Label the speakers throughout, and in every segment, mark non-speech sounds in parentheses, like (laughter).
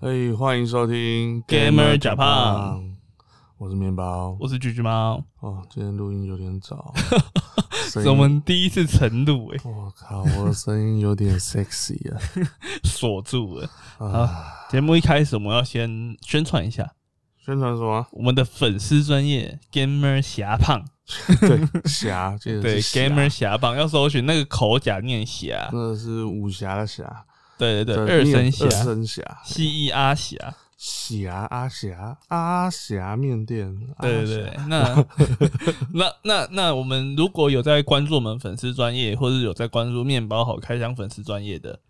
Speaker 1: 嘿，欢迎收听
Speaker 2: Gamer 甲
Speaker 1: 胖，我是面包。
Speaker 2: 我是橘橘猫，
Speaker 1: 哦，今天录音有点
Speaker 2: (laughs)
Speaker 1: 早，声
Speaker 2: 是我
Speaker 1: 音
Speaker 2: 们第一次欸晨录
Speaker 1: (laughs)
Speaker 2: 诶，
Speaker 1: 我靠，我的声音有点 sexy
Speaker 2: (laughs)
Speaker 1: 啊！
Speaker 2: 锁住了。
Speaker 1: 啊，
Speaker 2: 节目一开始我们要先宣传一下
Speaker 1: 宣传什
Speaker 2: (laughs)
Speaker 1: 么？
Speaker 2: 我们的粉丝专业 Gamer 侠胖，
Speaker 1: 对，侠，记得
Speaker 2: 对
Speaker 1: 是侠
Speaker 2: Gamer 侠胖要搜寻那个口甲念侠，
Speaker 1: 真的是武侠的侠，
Speaker 2: 对对对，
Speaker 1: 对
Speaker 2: 二声
Speaker 1: 二
Speaker 2: 侠
Speaker 1: 声侠，
Speaker 2: ，C E R 侠，
Speaker 1: 侠阿侠阿侠面店，阿
Speaker 2: 对对对
Speaker 1: 侠，
Speaker 2: 那 (laughs) 那那那我们如果有在关注我们粉丝专业，或是有在关注面包好开箱粉丝专业的，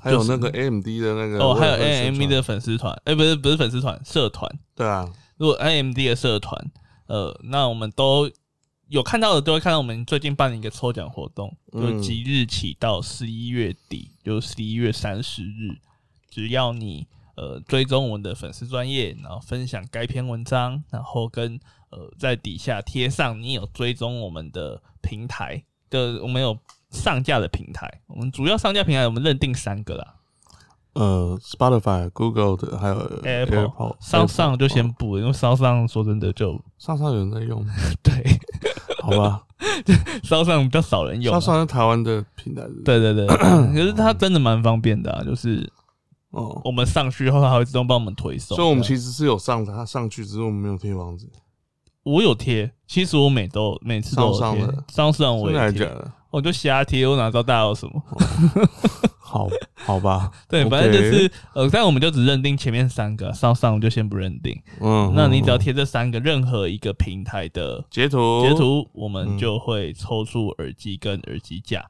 Speaker 1: 还有
Speaker 2: 就是
Speaker 1: 那个 AMD 的那个
Speaker 2: 哦，还有
Speaker 1: 我也
Speaker 2: A
Speaker 1: 会宣
Speaker 2: M
Speaker 1: 传
Speaker 2: E 的粉丝团，哎、不是不是粉丝团，社团。
Speaker 1: 对啊，
Speaker 2: 如果 AMD 的社团，呃，那我们都有看到的，都会看到我们最近办了一个抽奖活动，就
Speaker 1: 嗯
Speaker 2: 即日起到十一月底，就十一月三十日，只要你呃追踪我们的粉丝专业，然后分享该篇文章，然后跟呃在底下贴上你有追踪我们的平台的，我们有上架的平台，我们主要上架平台我们认定三个啦，
Speaker 1: 呃，Spotify、Google 的，还有
Speaker 2: Apple
Speaker 1: AirPod
Speaker 2: 上上就
Speaker 1: AirPod
Speaker 2: 先不，因为上上说真的就 (laughs)
Speaker 1: 上上有人在用，
Speaker 2: 对。
Speaker 1: 好吧？
Speaker 2: 烧上比较少人用、
Speaker 1: 上
Speaker 2: 啊，
Speaker 1: 上是台湾的平台是不是，
Speaker 2: 对
Speaker 1: (coughs)
Speaker 2: 对对，可是它真的蛮方便的、啊，就是
Speaker 1: 哦，
Speaker 2: 我们上去后，它会自动帮我们推送。
Speaker 1: 所以我们
Speaker 2: 这样
Speaker 1: 其实是有上它上去，只是我们没有贴网址，
Speaker 2: 我有贴，其实我每都每次都有
Speaker 1: 烧上
Speaker 2: 贴
Speaker 1: 的，
Speaker 2: 烧上我
Speaker 1: 真的还
Speaker 2: 也
Speaker 1: 是假
Speaker 2: 贴，
Speaker 1: 的？
Speaker 2: 我就瞎贴，我哪知道大家有什么？
Speaker 1: 好好吧，
Speaker 2: 对，
Speaker 1: OK
Speaker 2: 反正就是呃，但我们就只认定前面三个，上上我就先不认定。
Speaker 1: (laughs) 嗯，
Speaker 2: 那你只要
Speaker 1: 嗯
Speaker 2: 贴这三个任何一个平台的
Speaker 1: 截图
Speaker 2: 截，图，我
Speaker 1: 嗯
Speaker 2: 们就会抽出耳机跟耳机架，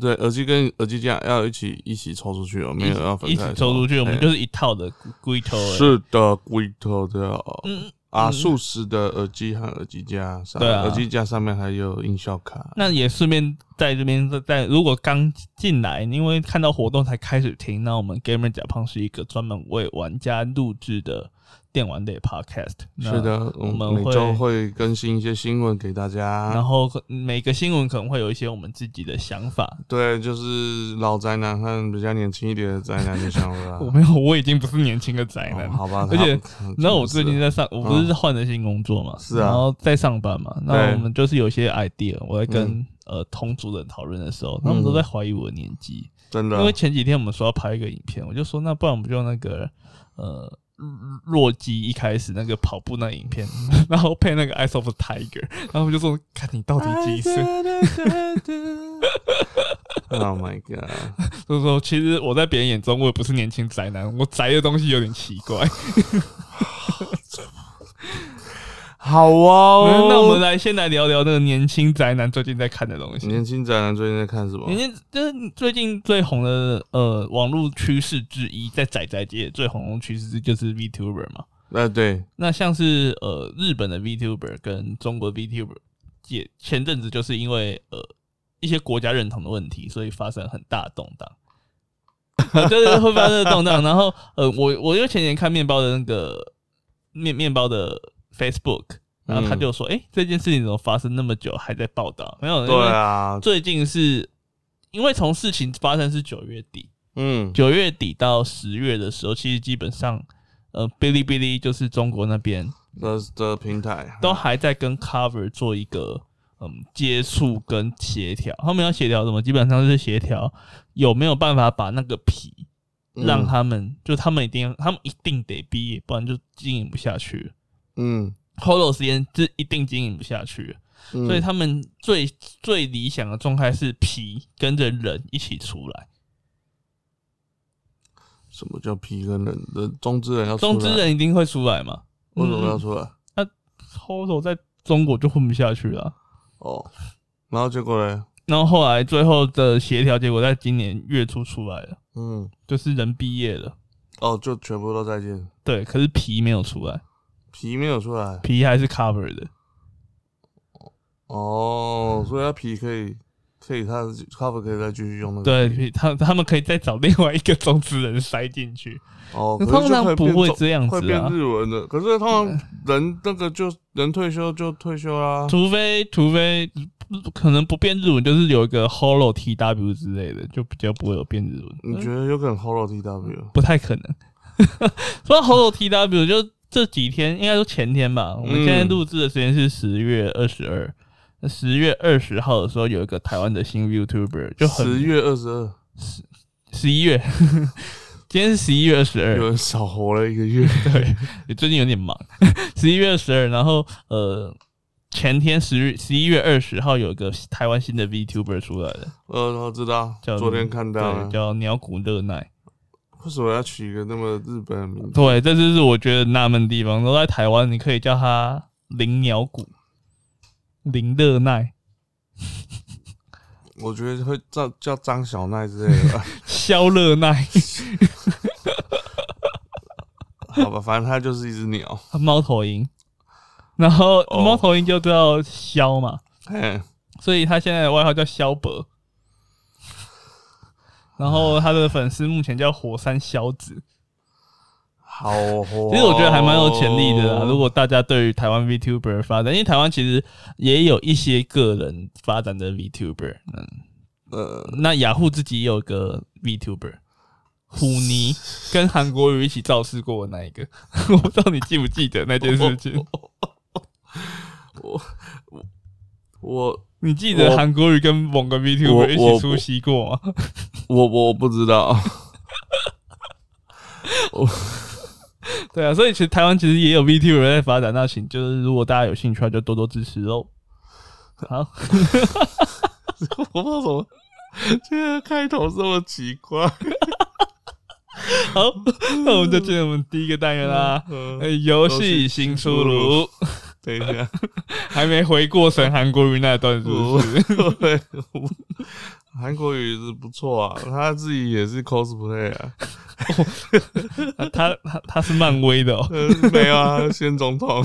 Speaker 1: 对，耳机跟耳机架要一起一起抽出去哦，没有要分
Speaker 2: 一起
Speaker 1: 开
Speaker 2: 抽出去，我们
Speaker 1: 嘿
Speaker 2: 就是一套的龟头。
Speaker 1: 是的，龟头的
Speaker 2: 嗯，
Speaker 1: 啊，
Speaker 2: 嗯
Speaker 1: 数十的耳机和耳机架上，
Speaker 2: 对啊
Speaker 1: 耳机架上面还有音效卡，
Speaker 2: 那也顺便在这边在在，如果刚进来，因为看到活动才开始听，那我们 Gamer 甲胖是一个专门为玩家录制的电玩类 Podcast。
Speaker 1: 是，的，
Speaker 2: 我
Speaker 1: 嗯
Speaker 2: 们
Speaker 1: 每
Speaker 2: 会
Speaker 1: 周会更新一些新闻给大
Speaker 2: 然
Speaker 1: 家。
Speaker 2: 后每个新闻可能会有一些我们自己的想法。
Speaker 1: 对，就是老宅男和比较年轻一点的宅男的想法。
Speaker 2: (laughs) 我没有，我已经不是年轻的宅男
Speaker 1: 嗯哦。好吧，
Speaker 2: 而且
Speaker 1: 他
Speaker 2: 你知道我最近在上，我不
Speaker 1: 嗯
Speaker 2: 是换了新工作嘛，
Speaker 1: 是啊
Speaker 2: 然后在上班嘛，
Speaker 1: 对嗯
Speaker 2: 那我们就是有一些 idea，我在跟、呃同组人讨论的时候，他们都在怀疑我的年纪。
Speaker 1: 真的
Speaker 2: 因为前几天我们说要拍一个影片，我就说那不然我们就那个呃洛基一开始那个跑步那影片， (laughs) 然后配那个 Eyes of the Tiger，然后我就说看你到底 (laughs) 几
Speaker 1: 哎
Speaker 2: 岁？
Speaker 1: (laughs) Oh my god！
Speaker 2: 就是说其实我在别人眼中我也不是年轻宅男，我宅的东西有点奇怪。
Speaker 1: 好哦，
Speaker 2: (laughs) 那我们来先来聊聊那个年轻宅男最近在看的东西。
Speaker 1: 年轻宅男最近在看什么？
Speaker 2: 年轻就是最近最红的呃网络趋势之一，在宅宅界最红的趋势就是 VTuber 嘛。
Speaker 1: 呃，对，
Speaker 2: 那像是呃日本的 VTuber 跟中国 VTuber 也前阵子就是因为呃一些国家认同的问题，所以发生很大的动荡。呃就是会发生动荡，然后呃，我我就前年看面包的那个面面包的 Facebook，然
Speaker 1: 嗯
Speaker 2: 后他就说，哎、这件事情怎么发生那么久还在报道？没有，因为
Speaker 1: 对啊，
Speaker 2: 最近是因为从事情发生是九月底，
Speaker 1: 嗯，
Speaker 2: 九月底到十月的时候，其实基本上，呃，哔哩哔哩就是中国那边
Speaker 1: 的的平台
Speaker 2: 都还在跟 Cover 做一个嗯接触跟协调。他们要协调什么？基本上就是协调有没有办法把那个皮
Speaker 1: 嗯
Speaker 2: 让他们，就他们一定他们一定得毕业，不然就经营不下去了。
Speaker 1: 嗯，
Speaker 2: Holo 时间这一定经营不下去了，
Speaker 1: 嗯
Speaker 2: 所以他们最最理想的状态是皮跟着人一起出来。
Speaker 1: 什么叫皮跟人的中之人要出来
Speaker 2: 中之人一嗯定会出来嘛？
Speaker 1: 为什么要出来？
Speaker 2: Hodo 在中国就混不下去了啊、
Speaker 1: 哦，然后结果嘞，
Speaker 2: 然后后来最后的协调结果在今年月初出来了，
Speaker 1: 嗯，
Speaker 2: 就是人毕业了，
Speaker 1: 哦，就全部都再见，
Speaker 2: 对，可是皮没有出来，
Speaker 1: 皮没有出来
Speaker 2: 皮还是 cover 的，
Speaker 1: 哦，
Speaker 2: 嗯
Speaker 1: 所以他皮可以可以他 cover 可以再继续用那个
Speaker 2: 对，
Speaker 1: 皮
Speaker 2: 皮他他们可以再找另外一个中之人塞进去， (laughs)
Speaker 1: 哦，可是
Speaker 2: 通
Speaker 1: 就可
Speaker 2: 常
Speaker 1: 以
Speaker 2: 不
Speaker 1: 变
Speaker 2: 会
Speaker 1: 中
Speaker 2: 这样
Speaker 1: 会
Speaker 2: 子
Speaker 1: 变
Speaker 2: 啊，嗯
Speaker 1: 日文的，可是通常人那个就人退休就退休啦。
Speaker 2: 除非除非可能不变日文，就是有一个 Holo TW 之类的，就比较不会有变日文，
Speaker 1: 你觉得有可能 Holo TW？
Speaker 2: 不太可能， (laughs) 说到猴头 TW，就这几天，应该说前天吧，我们
Speaker 1: 嗯
Speaker 2: 现在录制的时间是十月二十二。那十月二十号的时候，有一个台湾的新 YouTuber，就
Speaker 1: 十
Speaker 2: 很
Speaker 1: 月二十二，
Speaker 2: 十一月， (laughs) 今天是十一月二十二，
Speaker 1: 有人少活了一个
Speaker 2: (laughs)
Speaker 1: 月。
Speaker 2: 对，最近有点忙。 (laughs) 十一月十二，然后呃，前天十十一月二十号有一个台湾新的 VTuber 出来的，
Speaker 1: 呃，我知道，
Speaker 2: (laughs) 叫
Speaker 1: 昨天看到
Speaker 2: 对，
Speaker 1: 了。
Speaker 2: 叫鸟谷热奈。
Speaker 1: 为什么要取一个那么日本的名字？
Speaker 2: 对，这就是我觉得纳闷的地方。都在台湾，你可以叫他林鸟谷、林热奈、
Speaker 1: 我觉得会叫叫张小奈之类的吧。 (laughs)
Speaker 2: 肖热奈、
Speaker 1: 好吧，反正它就是一只鸟。
Speaker 2: 猫头鹰。然后
Speaker 1: 哦
Speaker 2: 猫头鹰就叫肖嘛，
Speaker 1: 嘿，
Speaker 2: 所以他现在的外号叫肖伯。 (laughs) 然后他的粉丝目前叫火山肖子，
Speaker 1: 好活。
Speaker 2: 其实我觉得还蛮有潜力
Speaker 1: 哦
Speaker 2: 的啦。啊如果大家对于台湾 VTuber 发展，因为台湾其实也有一些个人发展的 VTuber，嗯，
Speaker 1: 呃，
Speaker 2: 那雅虎自己也有个 VTuber 虎
Speaker 1: (laughs)
Speaker 2: 尼，跟韩国瑜一起造势过的那一个， (laughs) 我不知道你记不记得那件事情？
Speaker 1: (laughs) 我
Speaker 2: 你记得
Speaker 1: 我
Speaker 2: 韩国瑜跟某个 VTuber 一
Speaker 1: 我
Speaker 2: 起出席过吗？
Speaker 1: 我我不知
Speaker 2: (laughs)
Speaker 1: 道。
Speaker 2: 对啊，所以其实台湾其实也有 VTuber 在发展，那请就是如果大家有兴趣的话，就多多支持喽。好， (laughs)
Speaker 1: 我不知道怎么， (laughs) 这个开头这么奇怪。
Speaker 2: 好，那我们就进入我们第一个单元啦。
Speaker 1: 嗯，
Speaker 2: 呃游戏新出炉，
Speaker 1: 等一下，
Speaker 2: (laughs) 还没回过神，韩国瑜那段是不
Speaker 1: 我
Speaker 2: 是？
Speaker 1: 我啊韩国语是不错啊，他自己也是 cosplay 啊，
Speaker 2: 他 (laughs) 他他他是漫威的哦， (laughs)
Speaker 1: 呃没有啊，先总统。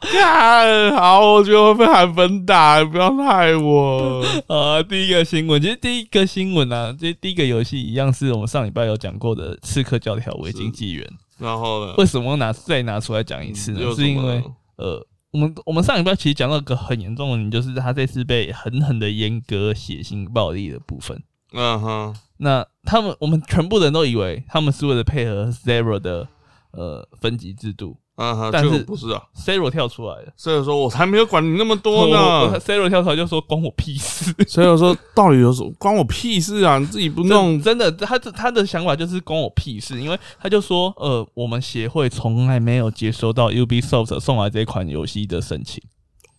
Speaker 1: 看好，我觉得会被韩粉打，不要害我。
Speaker 2: 呃，第一个新闻，其实第一个新闻啊，这第一个游戏一样是我们上礼拜有讲过的《刺客教条：维京纪元》。
Speaker 1: 然后呢？
Speaker 2: 为什么拿再拿出来讲一次呢？
Speaker 1: 嗯又
Speaker 2: 是
Speaker 1: 怎
Speaker 2: 因
Speaker 1: 么了
Speaker 2: 为呃，我们我们上礼拜其实讲到一个很严重的问题，就是他这次被狠狠的阉割、血腥、暴力的部分。
Speaker 1: 嗯哼，
Speaker 2: 那他们我们全部人都以为他们是为了配合 Zero 的呃分级制度
Speaker 1: 嗯哼，
Speaker 2: 但
Speaker 1: 这
Speaker 2: 是
Speaker 1: 个不是啊。
Speaker 2: ，Zero 跳出来了。
Speaker 1: 所以说我才没有管你那么多
Speaker 2: 我我
Speaker 1: 呢。
Speaker 2: Zero 跳出来就说关我屁事，
Speaker 1: 所以我说，到底有什么关我屁事啊？你自己不弄
Speaker 2: 真，真的，他他的想法就是关我屁事，因为他就说，呃，我们协会从来没有接收到 Ubisoft 送来这款游戏的申请。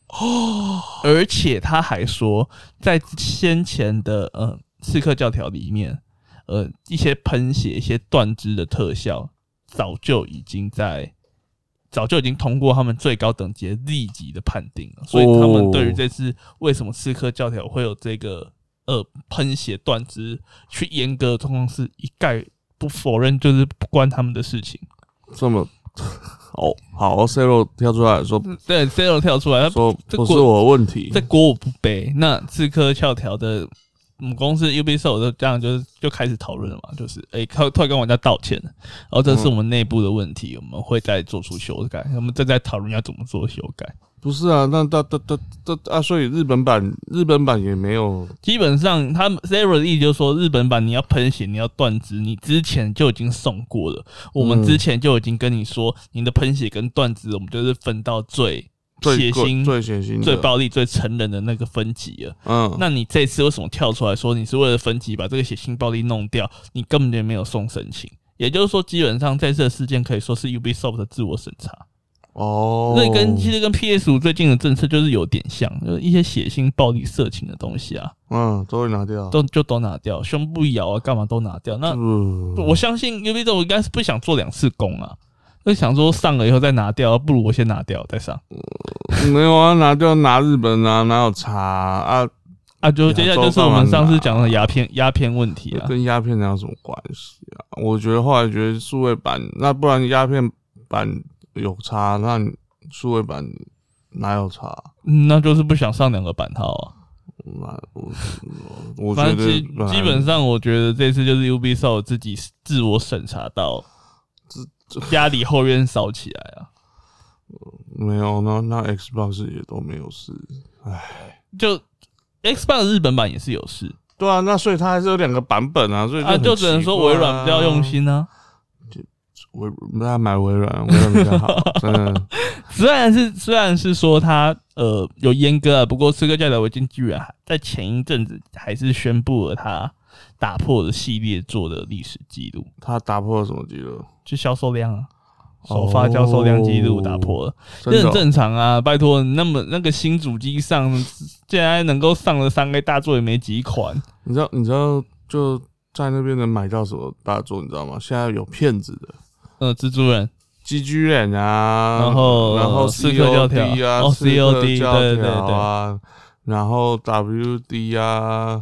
Speaker 2: 哦，而且他还说，在先前的呃刺客教条里面，呃一些喷血、一些断肢的特效，早就已经在早就已经通过他们最高等级的立级的判定了，所以他们对于这次为什么刺客教条会有这个呃喷血断肢去严格的状况是一概不否认，就是不关他们的事情。
Speaker 1: 这么哦，好，C 罗跳出来说
Speaker 2: 对 z e r 跳出来，他
Speaker 1: 说
Speaker 2: 这
Speaker 1: 不
Speaker 2: 过
Speaker 1: 是我问题
Speaker 2: 这，锅我不背。那刺客教条的母公司 Ubisoft 就这样就是就开始讨论了嘛，就是诶，他突然跟玩家道歉了，然后
Speaker 1: 嗯
Speaker 2: 这是我们内部的问题，我们会再做出修改，我们正在讨论要怎么做修改。
Speaker 1: 不是啊？那那那那那啊，所以日本版日本版也没有
Speaker 2: 基本上，他们 Zero 的意思就是说，日本版你要喷血，你要断肢，你之前就已经送过了。我们
Speaker 1: 嗯
Speaker 2: 之前就已经跟你说，你的喷血跟断肢，我们就是分到最血
Speaker 1: 最过
Speaker 2: 腥、
Speaker 1: 最血腥的
Speaker 2: 最暴力、最成人的那个分级了。
Speaker 1: 嗯，
Speaker 2: 那你这次为什么跳出来说你是为了分级把这个血腥暴力弄掉？你根本就没有送申请。也就是说，基本上这次的事件可以说是 Ubisoft 的自我审查，
Speaker 1: 哦，
Speaker 2: 那跟其实跟 PS 五最近的政策就是有点像，就是一些血腥、暴力、色情的东西啊，
Speaker 1: 嗯都会拿掉，
Speaker 2: 都就都拿掉，胸部咬啊，干嘛都拿掉。那
Speaker 1: 嗯
Speaker 2: 我相信 Ubisoft 应该是不想做两次工啊，就想说上了以后再拿掉，不如我先拿掉再上
Speaker 1: 没有啊，拿掉拿日本啊，哪有差啊？啊
Speaker 2: 啊。就接下来就是我们上次讲的鸦片鸦片问题
Speaker 1: 这
Speaker 2: 啊，
Speaker 1: 跟鸦片哪有什么关系啊？我觉得后来觉得数位版，那不然鸦片版有差，那你数位版哪有差？
Speaker 2: 嗯那就是不想上两个版号啊。
Speaker 1: 那我我觉
Speaker 2: 反正
Speaker 1: 得啊
Speaker 2: 基基本上，我觉得这次就是 Ubisoft 自己自我审查到
Speaker 1: 自，
Speaker 2: 家里后院烧起来啊！
Speaker 1: 没有，那那 Xbox 也都没有事。
Speaker 2: 就 Xbox 日本版也是有事，
Speaker 1: 对啊，那所以它还是有两个版本啊，所以
Speaker 2: 啊，
Speaker 1: 很
Speaker 2: 就只能说
Speaker 1: 奇怪
Speaker 2: 微
Speaker 1: 啊
Speaker 2: 软比较用，心啊。
Speaker 1: 微不要买微软，微软比较好，真的。
Speaker 2: 虽然是虽然是说它呃有阉割啊，不过《刺客教条：维京纪元》还在前一阵子还是宣布了它打破了系列作的历史记录，
Speaker 1: 它打破了什么记
Speaker 2: (laughs)
Speaker 1: 录？
Speaker 2: 就销售量啊，首发销售量记录打破了，
Speaker 1: 真
Speaker 2: 这
Speaker 1: 的
Speaker 2: 很
Speaker 1: 哦
Speaker 2: 正常啊。拜托，那么那个新主机上竟然能够上了三 A 大作也没几款，
Speaker 1: 你知道你知道就在那边能买到什么大作，你知道吗？现在有骗子的。
Speaker 2: 呃，蜘蛛人，
Speaker 1: G G 人啊，
Speaker 2: 然后
Speaker 1: 然后
Speaker 2: 刺客教条
Speaker 1: COD 啊，
Speaker 2: 哦
Speaker 1: 刺客
Speaker 2: COD
Speaker 1: 教
Speaker 2: 对对对
Speaker 1: 条啊，然后 W D 啊，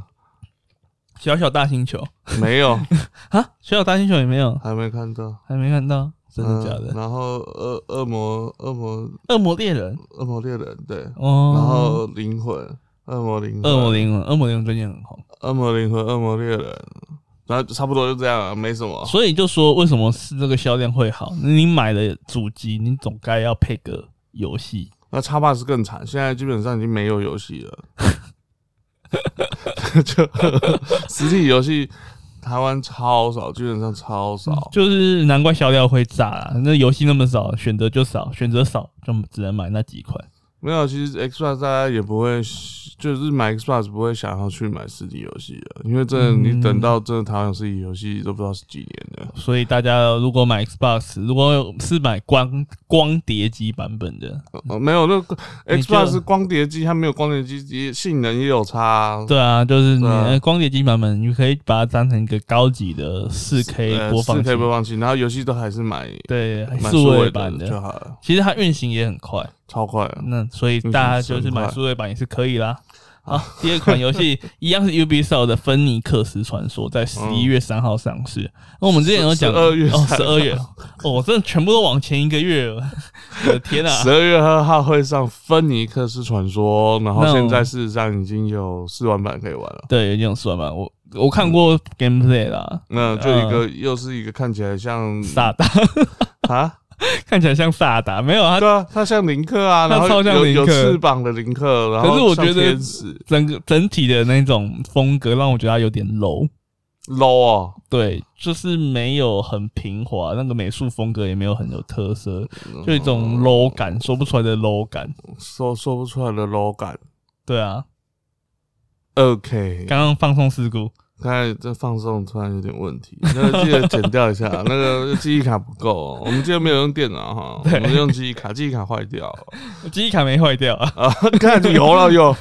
Speaker 2: 小小大星球
Speaker 1: 没有， (laughs)
Speaker 2: 啊，小小大星球也没有，
Speaker 1: 还没看到，
Speaker 2: 还没看到，真的
Speaker 1: 嗯
Speaker 2: 假的？
Speaker 1: 然后恶恶魔恶魔
Speaker 2: 恶魔猎人
Speaker 1: 恶魔猎人对，
Speaker 2: 哦，
Speaker 1: 然后灵魂恶魔灵魂
Speaker 2: 恶魔灵魂，恶魔灵魂最近很红。
Speaker 1: 恶魔灵魂恶魔猎人，然后差不多就这样了，没什么。
Speaker 2: 所以就说为什么是这个销量会好？你买了主机，你总该要配个游戏。
Speaker 1: 那叉 box 更惨，现在基本上已经没有游戏了， (laughs) 就 (laughs) 实体游戏台湾超少，基本上超
Speaker 2: 嗯
Speaker 1: 少。
Speaker 2: 就是难怪销量会炸啦。那游戏那么少，选择就少，选择少就只能买那几款。
Speaker 1: 没有，其实 Xbox 大家也不会，就是买 Xbox 不会想要去买实体游戏了，因为真的
Speaker 2: 嗯
Speaker 1: 你等到真的台湾有实体游戏都不知道是几年了。
Speaker 2: 所以大家如果买 Xbox，如果是买光光碟机版本的，
Speaker 1: 呃，没有，那个
Speaker 2: 嗯你就
Speaker 1: Xbox 光碟机它没有光碟机，也性能也有差、啊。
Speaker 2: 对啊，就是你
Speaker 1: 对啊
Speaker 2: 呃光碟机版本，你可以把它当成一个高级的四 K 播放
Speaker 1: 呃四
Speaker 2: 器
Speaker 1: K，播放器，然后游戏都还是买
Speaker 2: 对，
Speaker 1: 买
Speaker 2: 数
Speaker 1: 数
Speaker 2: 位
Speaker 1: 位
Speaker 2: 版
Speaker 1: 的就啊
Speaker 2: 的。
Speaker 1: 好了，
Speaker 2: 其实它运行也很快，
Speaker 1: 超快了。
Speaker 2: 那所以大家就是买数位版也是可以啦。
Speaker 1: 啊
Speaker 2: 好，第二款
Speaker 1: (laughs)
Speaker 2: 游戏一样是 Ubisoft 的《芬尼克斯传说》，在十一月三号上市。那我们之前有讲，
Speaker 1: 哦12月
Speaker 2: 哦，
Speaker 1: 3
Speaker 2: 十二月，哦，我真的全部都往前一个月了，我的天啊
Speaker 1: (laughs) 十！二月二号会上《芬尼克斯传说》，然后
Speaker 2: 那我
Speaker 1: 现在事实上已经有试玩版可以玩了。
Speaker 2: 对，有这种说法，我我看过 gameplay 啦，
Speaker 1: 那就一
Speaker 2: 呃
Speaker 1: 个、又是一个看起来像
Speaker 2: 萨达 (laughs)
Speaker 1: 啊，
Speaker 2: 看起来像萨达，没有啊，
Speaker 1: 对啊，它像林克啊，
Speaker 2: 它
Speaker 1: 然后
Speaker 2: 超像
Speaker 1: 有
Speaker 2: 林
Speaker 1: 有
Speaker 2: 克
Speaker 1: 翅膀的林克，然
Speaker 2: 可是
Speaker 1: 后
Speaker 2: 我
Speaker 1: 像
Speaker 2: 觉得
Speaker 1: 天使
Speaker 2: 整个整体的那种风格让我觉得它有点 low。
Speaker 1: low 哦，
Speaker 2: 对，就是没有很平滑，那个美术风格也没有很有特色，
Speaker 1: 哦
Speaker 2: 就一种 low 感，说不出来的 low 感。
Speaker 1: 说说不出来的 low 感。
Speaker 2: 对啊，
Speaker 1: OK，
Speaker 2: 刚刚放送事故，
Speaker 1: 刚才这放送突然有点问题， (laughs) 那个记得剪掉
Speaker 2: (laughs)
Speaker 1: 一下，那个记忆卡不够哦、我们今天没有用电脑
Speaker 2: (laughs)
Speaker 1: 哈，我们用记忆卡，记忆卡坏掉了。
Speaker 2: 记忆卡没坏掉啊，
Speaker 1: 啊，看有了
Speaker 2: (laughs)
Speaker 1: 有，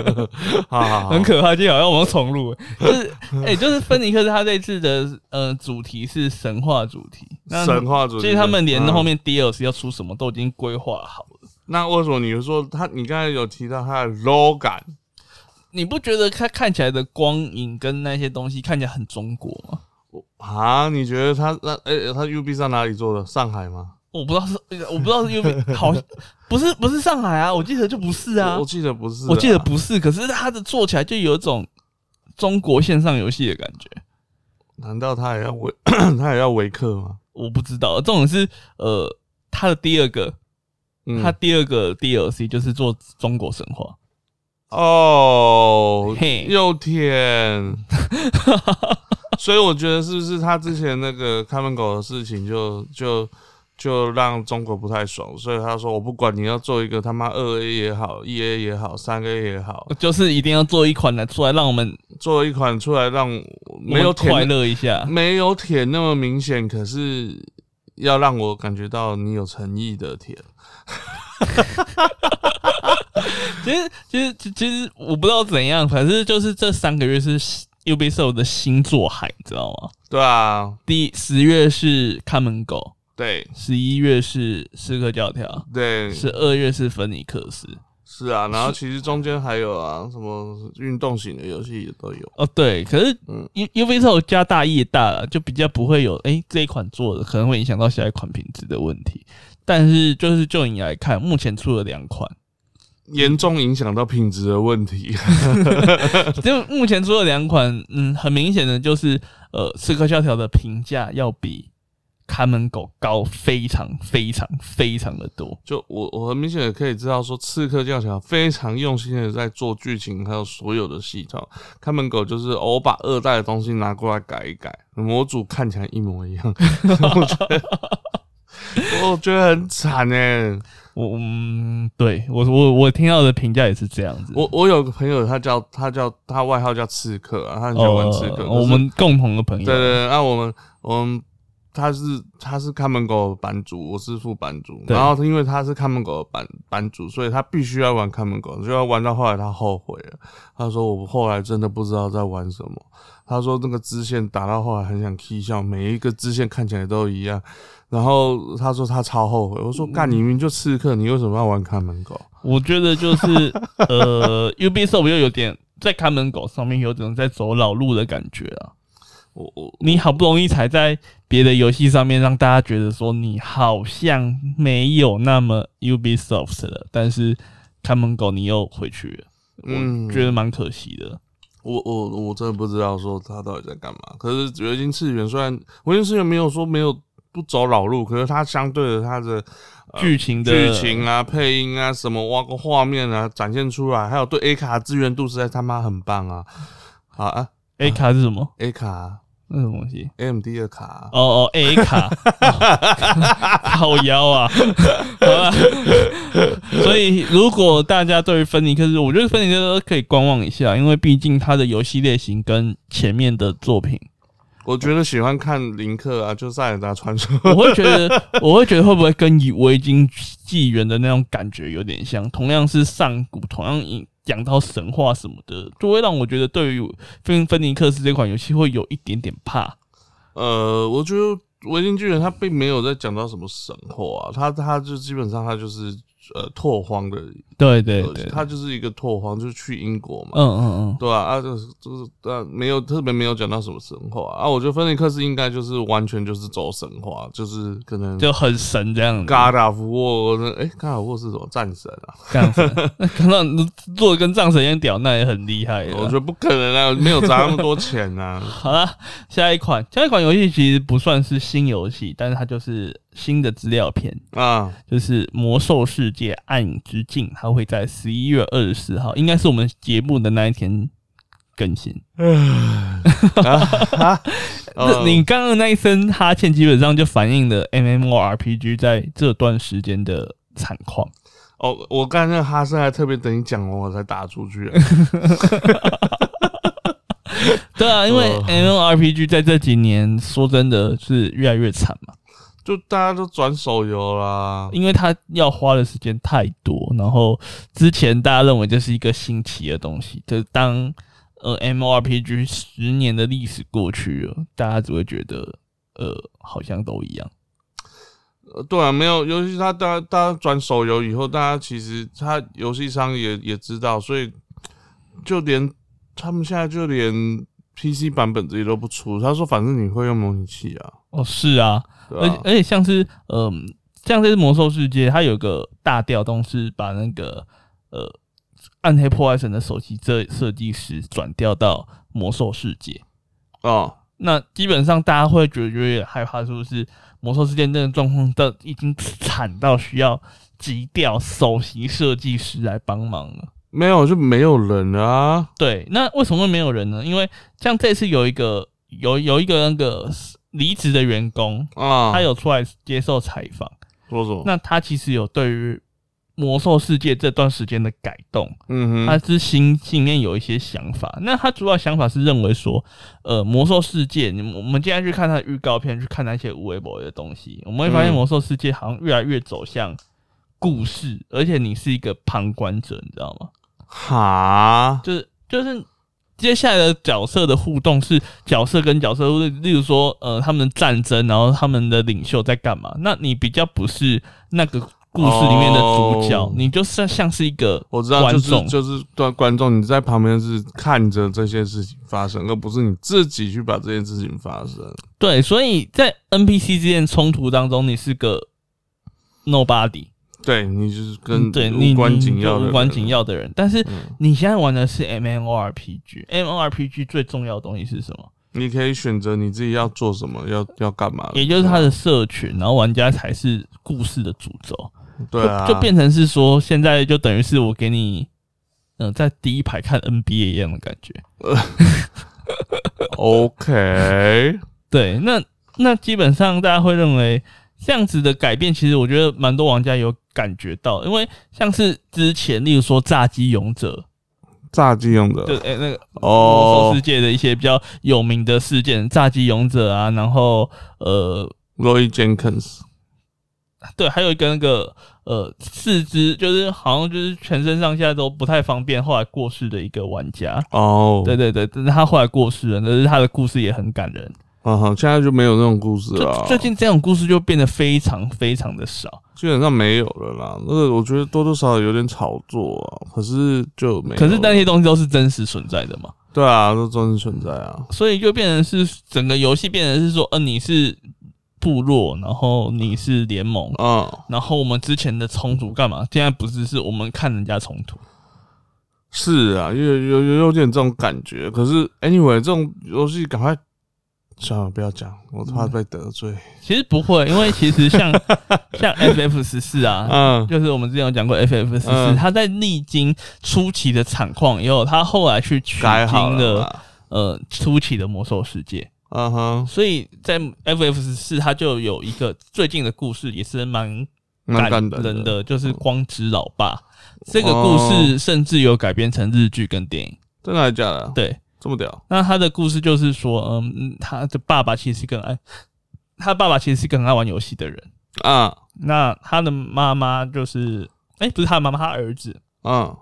Speaker 1: (laughs) 好好好，
Speaker 2: 很可怕。今天好像我们重录，就是 (laughs) 哎、就是芬尼克斯他这次的呃主题是神话主题，那
Speaker 1: 神话主题。
Speaker 2: 所以他们连后
Speaker 1: 嗯、
Speaker 2: 面 DLC 要出什么都已经规划好了。
Speaker 1: 那为什么你说他？你刚才有提到他的 low 感，
Speaker 2: 你不觉得它看起来的光影跟那些东西看起来很中国吗？
Speaker 1: 啊？你觉得他那诶、他 UB 上哪里做的？上海吗？
Speaker 2: 我不知道是，呃我不知道是因为
Speaker 1: (laughs)
Speaker 2: 好，不是不是上海啊，我记得就不是啊
Speaker 1: 我我，记得不是啊、
Speaker 2: 我记得不是。可是它的做起来就有一种中国线上游戏的感觉。
Speaker 1: 难道他也要维 (coughs) 他也要维克吗？
Speaker 2: 我不知道，这种是呃，他的第二个，
Speaker 1: 嗯
Speaker 2: 他第二个 DLC 就是做中国神话，
Speaker 1: 哦
Speaker 2: 嘿，
Speaker 1: 又 (laughs) 舔，所以我觉得是不是他之前那个看门狗的事情就就就让中国不太爽，所以他说我不管你要做一个他妈二 A 也好，一 A 也好，三 A 也 (laughs) 好，
Speaker 2: 就是一定要做一款来出来让我们
Speaker 1: 做一款出来让我没有
Speaker 2: 我们快
Speaker 1: 舔，
Speaker 2: 乐一下。
Speaker 1: 没有舔那么明显，可是要让我感觉到你有诚意的舔。
Speaker 2: 其实其实其其实我不知道怎样，反正就是这三个月是 Ubisoft 的新作海，你知道吗？
Speaker 1: 对啊，
Speaker 2: 第十月是看门狗，
Speaker 1: 对
Speaker 2: 十一月是刺客教条，
Speaker 1: 对
Speaker 2: 十二月是芬尼克斯。
Speaker 1: 是啊，然后其实中间还有啊，什么运动型的游戏也都有。
Speaker 2: 哦，对，可是
Speaker 1: 嗯
Speaker 2: U U V 后加大业大了，就比较不会有诶这一款做的可能会影响到下一款品质的问题。但是就是就你来看，目前出了两款，
Speaker 1: 严重影响到品质的问题。 (laughs)
Speaker 2: 就目前出了两款，嗯，很明显的就是呃，《刺客教条》的评价要比看门狗高非常非常非常的多。
Speaker 1: 就我我很明显的可以知道说，《刺客教条》非常用心的在做剧情，还有所有的系统。看门狗就是、哦我把二代的东西拿过来改一改，模组看起来一模一样， (laughs) 我觉得我觉得很惨哎、
Speaker 2: 我嗯，对我我我听到的评价也是这样子。哦
Speaker 1: 我我有个朋友，他叫他叫他外号叫刺客啊，他很喜欢玩刺客。可是
Speaker 2: 哦我们共同的朋友，
Speaker 1: 对对对，那我们我们他是他是看门狗的版主，我是副版主，
Speaker 2: 对
Speaker 1: 然后因为他是看门狗的版版主，所以他必须要玩看门狗，就要玩到后来他后悔了，他说我后来真的不知道在玩什么，他说那个支线打到后来很想 K 笑，每一个支线看起来都一样，然后他说他超后悔，我说干你明明就刺客，你为什么要玩看门狗？
Speaker 2: 我觉得
Speaker 1: (laughs)
Speaker 2: 就是呃，Ubisoft 又有点在看门狗上面有种在走老路的感觉啊。
Speaker 1: 我我
Speaker 2: 你好不容易才在别的游戏上面让大家觉得说你好像没有那么 Ubisoft 了，但是看门狗你又回去了，
Speaker 1: 嗯
Speaker 2: 我觉得蛮可惜的。
Speaker 1: 我我我真的不知道说他到底在干嘛。可是维京次元虽然维京次元没有说没有不走老路，可是它相对的它的
Speaker 2: 剧、情的
Speaker 1: 啊剧情啊、配音啊、什么挖个画面啊展现出来，还有对 A 卡支援度实在他妈很棒啊！好啊
Speaker 2: A 卡是什么？
Speaker 1: ，A 卡
Speaker 2: 那什么东西？
Speaker 1: AMD 的卡，
Speaker 2: 哦哦，A 卡， (laughs) 好妖啊！好了，所以如果大家对于芬尼克斯，我觉得芬尼克斯可以观望一下，因为毕竟它的游戏类型跟前面的作 (laughs) 品，
Speaker 1: 我觉得喜欢看林克啊，就塞尔达传说。
Speaker 2: 我会觉得，我会觉得会不会跟以维京纪元的那种感觉有点像？同样是上古，同样以讲到神话什么的，就会让我觉得对于芬芬尼克斯这款游戏会有一点点怕。
Speaker 1: 呃，我觉得维京巨人他并没有在讲到什么神话啊，他他就基本上他就是呃拓荒的
Speaker 2: 对对
Speaker 1: 呃他就是一个拓荒，就是去英国嘛，
Speaker 2: 嗯嗯嗯，
Speaker 1: (laughs) 对啊，啊，就是就是啊，没有特别没有讲到什么神话啊，我觉得芬尼克斯应该就是完全就是走神话，就是可能
Speaker 2: 就很神这样子。
Speaker 1: 嘎达福沃，哎、嘎达福沃是什么战神啊？
Speaker 2: 干神，那看到你做的跟藏神一样屌，那也很厉害了。
Speaker 1: 我觉得不可能啊，没有砸那么多钱啊。
Speaker 2: 好啦，下一款，下一款游戏其实不算是新游戏，但是它就是新的资料片，
Speaker 1: 啊，
Speaker 2: 就是《魔兽世界：暗影之境》，它会在十一月二十四号，应该是我们节目的那一天更新。
Speaker 1: 呃
Speaker 2: (laughs)
Speaker 1: 哦
Speaker 2: 那你刚刚那一声哈欠，基本上就反映了 MMORPG 在这段时间的惨况。
Speaker 1: 哦，我刚才那个哈森还特别等你讲完我才打出去啊、 (laughs)
Speaker 2: 对啊，因为
Speaker 1: 哦
Speaker 2: MMORPG 在这几年说真的是越来越惨嘛。
Speaker 1: 就大家都转手游啦。
Speaker 2: 因为他要花的时间太多，然后之前大家认为这是一个新奇的东西，就是当呃 M O R P G 十年的历史过去了，大家只会觉得呃好像都一样，
Speaker 1: 呃对啊，没有，尤其是他大家大家转手游以后，大家其实他游戏商也也知道，所以就连他们现在就连 PC 版本自己都不出。他说，反正你会用模拟器啊，
Speaker 2: 哦是啊，
Speaker 1: 对
Speaker 2: 而
Speaker 1: 吧、
Speaker 2: 且而且像是嗯、像这是魔兽世界，它有个大调动是把那个呃暗黑破坏神的首席设设计师转调到魔兽世界，
Speaker 1: 哦，
Speaker 2: 那基本上大家会觉得有点害怕，是不是？魔兽世界那个状况到已经惨到需要急调首席设计师来帮忙了。
Speaker 1: 没有就没有人啊。
Speaker 2: 对，那为什么会没有人呢？因为像这次有一个有有一个那个离职的员工，
Speaker 1: 啊，
Speaker 2: 他有出来接受采访，
Speaker 1: 说什么？
Speaker 2: 那他其实有对于魔兽世界这段时间的改动，
Speaker 1: 嗯
Speaker 2: 他
Speaker 1: 哼，
Speaker 2: 是心心里面有一些想法。那他主要想法是认为说，呃，魔兽世界，你们我们今天去看他的预告片，去看那些无微博的东西，我们会发现
Speaker 1: 嗯
Speaker 2: 魔兽世界好像越来越走向故事，而且你是一个旁观者，你知道吗？
Speaker 1: 哈，
Speaker 2: 就是就是。接下来的角色的互动是角色跟角色，例如说，呃，他们的战争，然后他们的领袖在干嘛？那你比较不是那个故事里面的主角，
Speaker 1: 哦
Speaker 2: 你就是像是一个
Speaker 1: 我知道，
Speaker 2: 观
Speaker 1: 就是
Speaker 2: 众
Speaker 1: 就是对观众，你在旁边是看着这些事情发生，而不是你自己去把这件事情发生。
Speaker 2: 对，所以在 NPC 之间冲突当中，你是个 nobody，
Speaker 1: 对你就是跟
Speaker 2: 嗯对你
Speaker 1: 嗯无关紧要
Speaker 2: 你
Speaker 1: 的
Speaker 2: 就
Speaker 1: 人，
Speaker 2: 无关紧要的人。但是
Speaker 1: 嗯
Speaker 2: 你现在玩的是 MMORPG，MMORPG 最重要的东西是什么？
Speaker 1: 你可以选择你自己要做什么，要要干嘛的，
Speaker 2: 也就是它的社群，然后玩家才是故事的主轴，
Speaker 1: 对啊，
Speaker 2: 就就变成是说，现在就等于是我给你，嗯、在第一排看 NBA 一样的感觉。
Speaker 1: (laughs) OK，
Speaker 2: 对，那那基本上大家会认为这样子的改变，其实我觉得蛮多玩家有感觉到，因为像是之前，例如说《炸鸡勇者
Speaker 1: 炸鸡用》的
Speaker 2: 就，诶、那个魔兽
Speaker 1: 哦
Speaker 2: 世界的一些比较有名的事件，《炸鸡勇者》啊，然后呃，
Speaker 1: ，Roy Jenkins，
Speaker 2: 对，还有一个那个呃四肢就是好像就是全身上下都不太方便，后来过世的一个玩家。
Speaker 1: 哦，
Speaker 2: 对对对，但是他后来过世了，但是他的故事也很感人。
Speaker 1: 嗯哼，现在就没有那种故事了啊
Speaker 2: 就，最近这种故事就变得非常非常的少，
Speaker 1: 基本上没有了啦。那个我觉得多多少少有点炒作、啊，可是就没有了。
Speaker 2: 可是那些东西都是真实存在的嘛，
Speaker 1: 对啊，都真实存在啊。
Speaker 2: 所以就变成是整个游戏变成是说，呃，你是部落，然后你是联盟，
Speaker 1: 嗯，
Speaker 2: 然后我们之前的冲突干嘛？现在不是是我们看人家冲突，
Speaker 1: 是啊，有有有有点这种感觉。可是 anyway，这种游戏赶快算了，不要讲，我怕
Speaker 2: 嗯
Speaker 1: 被得罪。
Speaker 2: 其实不会，因为其
Speaker 1: (laughs)
Speaker 2: 实像像 FF 十四啊，
Speaker 1: 嗯
Speaker 2: 就是我们之前有讲过 FF 十四，
Speaker 1: 嗯
Speaker 2: 它在历经初期的惨况以后，它后来去取
Speaker 1: 改好
Speaker 2: 经了
Speaker 1: 啦。
Speaker 2: 呃初期的魔兽世界，
Speaker 1: 嗯哼，
Speaker 2: 所以在 FF 十四它就有一个最近的故事，也是蛮
Speaker 1: 蛮感
Speaker 2: 人
Speaker 1: 人。嗯
Speaker 2: 的，就是光之老爸。这个故
Speaker 1: 哦
Speaker 2: 事甚至有改编成日剧跟电影。
Speaker 1: 真的还是假的？
Speaker 2: 对，
Speaker 1: 这么屌？
Speaker 2: 那他的故事就是说，嗯，嗯他的爸爸其实更爱，他爸爸其实是更爱玩游戏的人。
Speaker 1: 啊
Speaker 2: 那他的妈妈就是，哎、不是他的妈妈，他儿子。
Speaker 1: 嗯，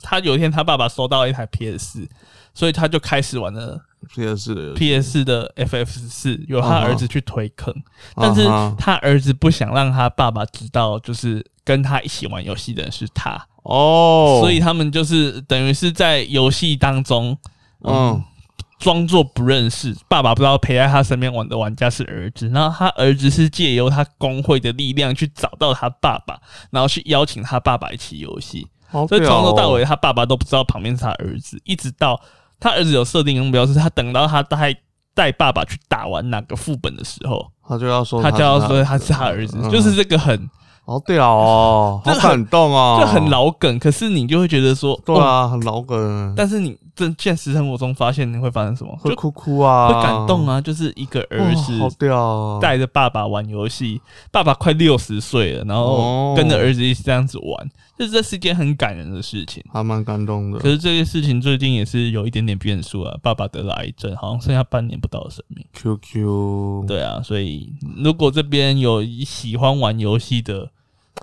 Speaker 2: 他有一天，他爸爸收到一台 PS 四，所以他就开始玩了
Speaker 1: 也是的游戏。
Speaker 2: PS 四的 FF 四，由他
Speaker 1: 嗯哼
Speaker 2: 儿子去推坑。但是
Speaker 1: 嗯哼
Speaker 2: 他儿子不想让他爸爸知道，就是跟他一起玩游戏的人是他。
Speaker 1: 哦，
Speaker 2: 所以他们就是等于是在游戏当中
Speaker 1: 嗯
Speaker 2: 装作不认识，爸爸不知道陪在他身边玩的玩家是儿子，然后他儿子是借由他工会的力量去找到他爸爸，然后去邀请他爸爸一起游戏，
Speaker 1: 好
Speaker 2: 所以从
Speaker 1: 屌
Speaker 2: 头
Speaker 1: 哦
Speaker 2: 到尾他爸爸都不知道旁边是他儿子，一直到他儿子有设定目标，是他等到他带带爸爸去打完哪个副本的时候，
Speaker 1: 他就要说
Speaker 2: 他就要说他
Speaker 1: 哦他
Speaker 2: 是他儿子，
Speaker 1: 嗯
Speaker 2: 就是这个很
Speaker 1: 好屌哦，
Speaker 2: 这
Speaker 1: 好
Speaker 2: 很
Speaker 1: 感动哦，
Speaker 2: 这很老梗，可是你就会觉得说，
Speaker 1: 对
Speaker 2: 哦
Speaker 1: 啊，很老梗，
Speaker 2: 但是你真现实生活中发现你会发生什么？
Speaker 1: 会
Speaker 2: 就
Speaker 1: 哭哭啊，
Speaker 2: 会感动啊，就是一个儿
Speaker 1: 哇好
Speaker 2: 子
Speaker 1: 屌哦，
Speaker 2: 带着爸爸玩游戏，爸爸快六十岁了，然后
Speaker 1: 哦
Speaker 2: 跟着儿子一起这样子玩，就是这是一件很感人的事情。
Speaker 1: 还蛮感动
Speaker 2: 可
Speaker 1: 的。
Speaker 2: 是这件事情最近也是有一点点变数啊，爸爸得了癌症，好像剩下半年不到的生命。
Speaker 1: QQ，
Speaker 2: 对啊，所以如果这边有喜欢玩游戏的，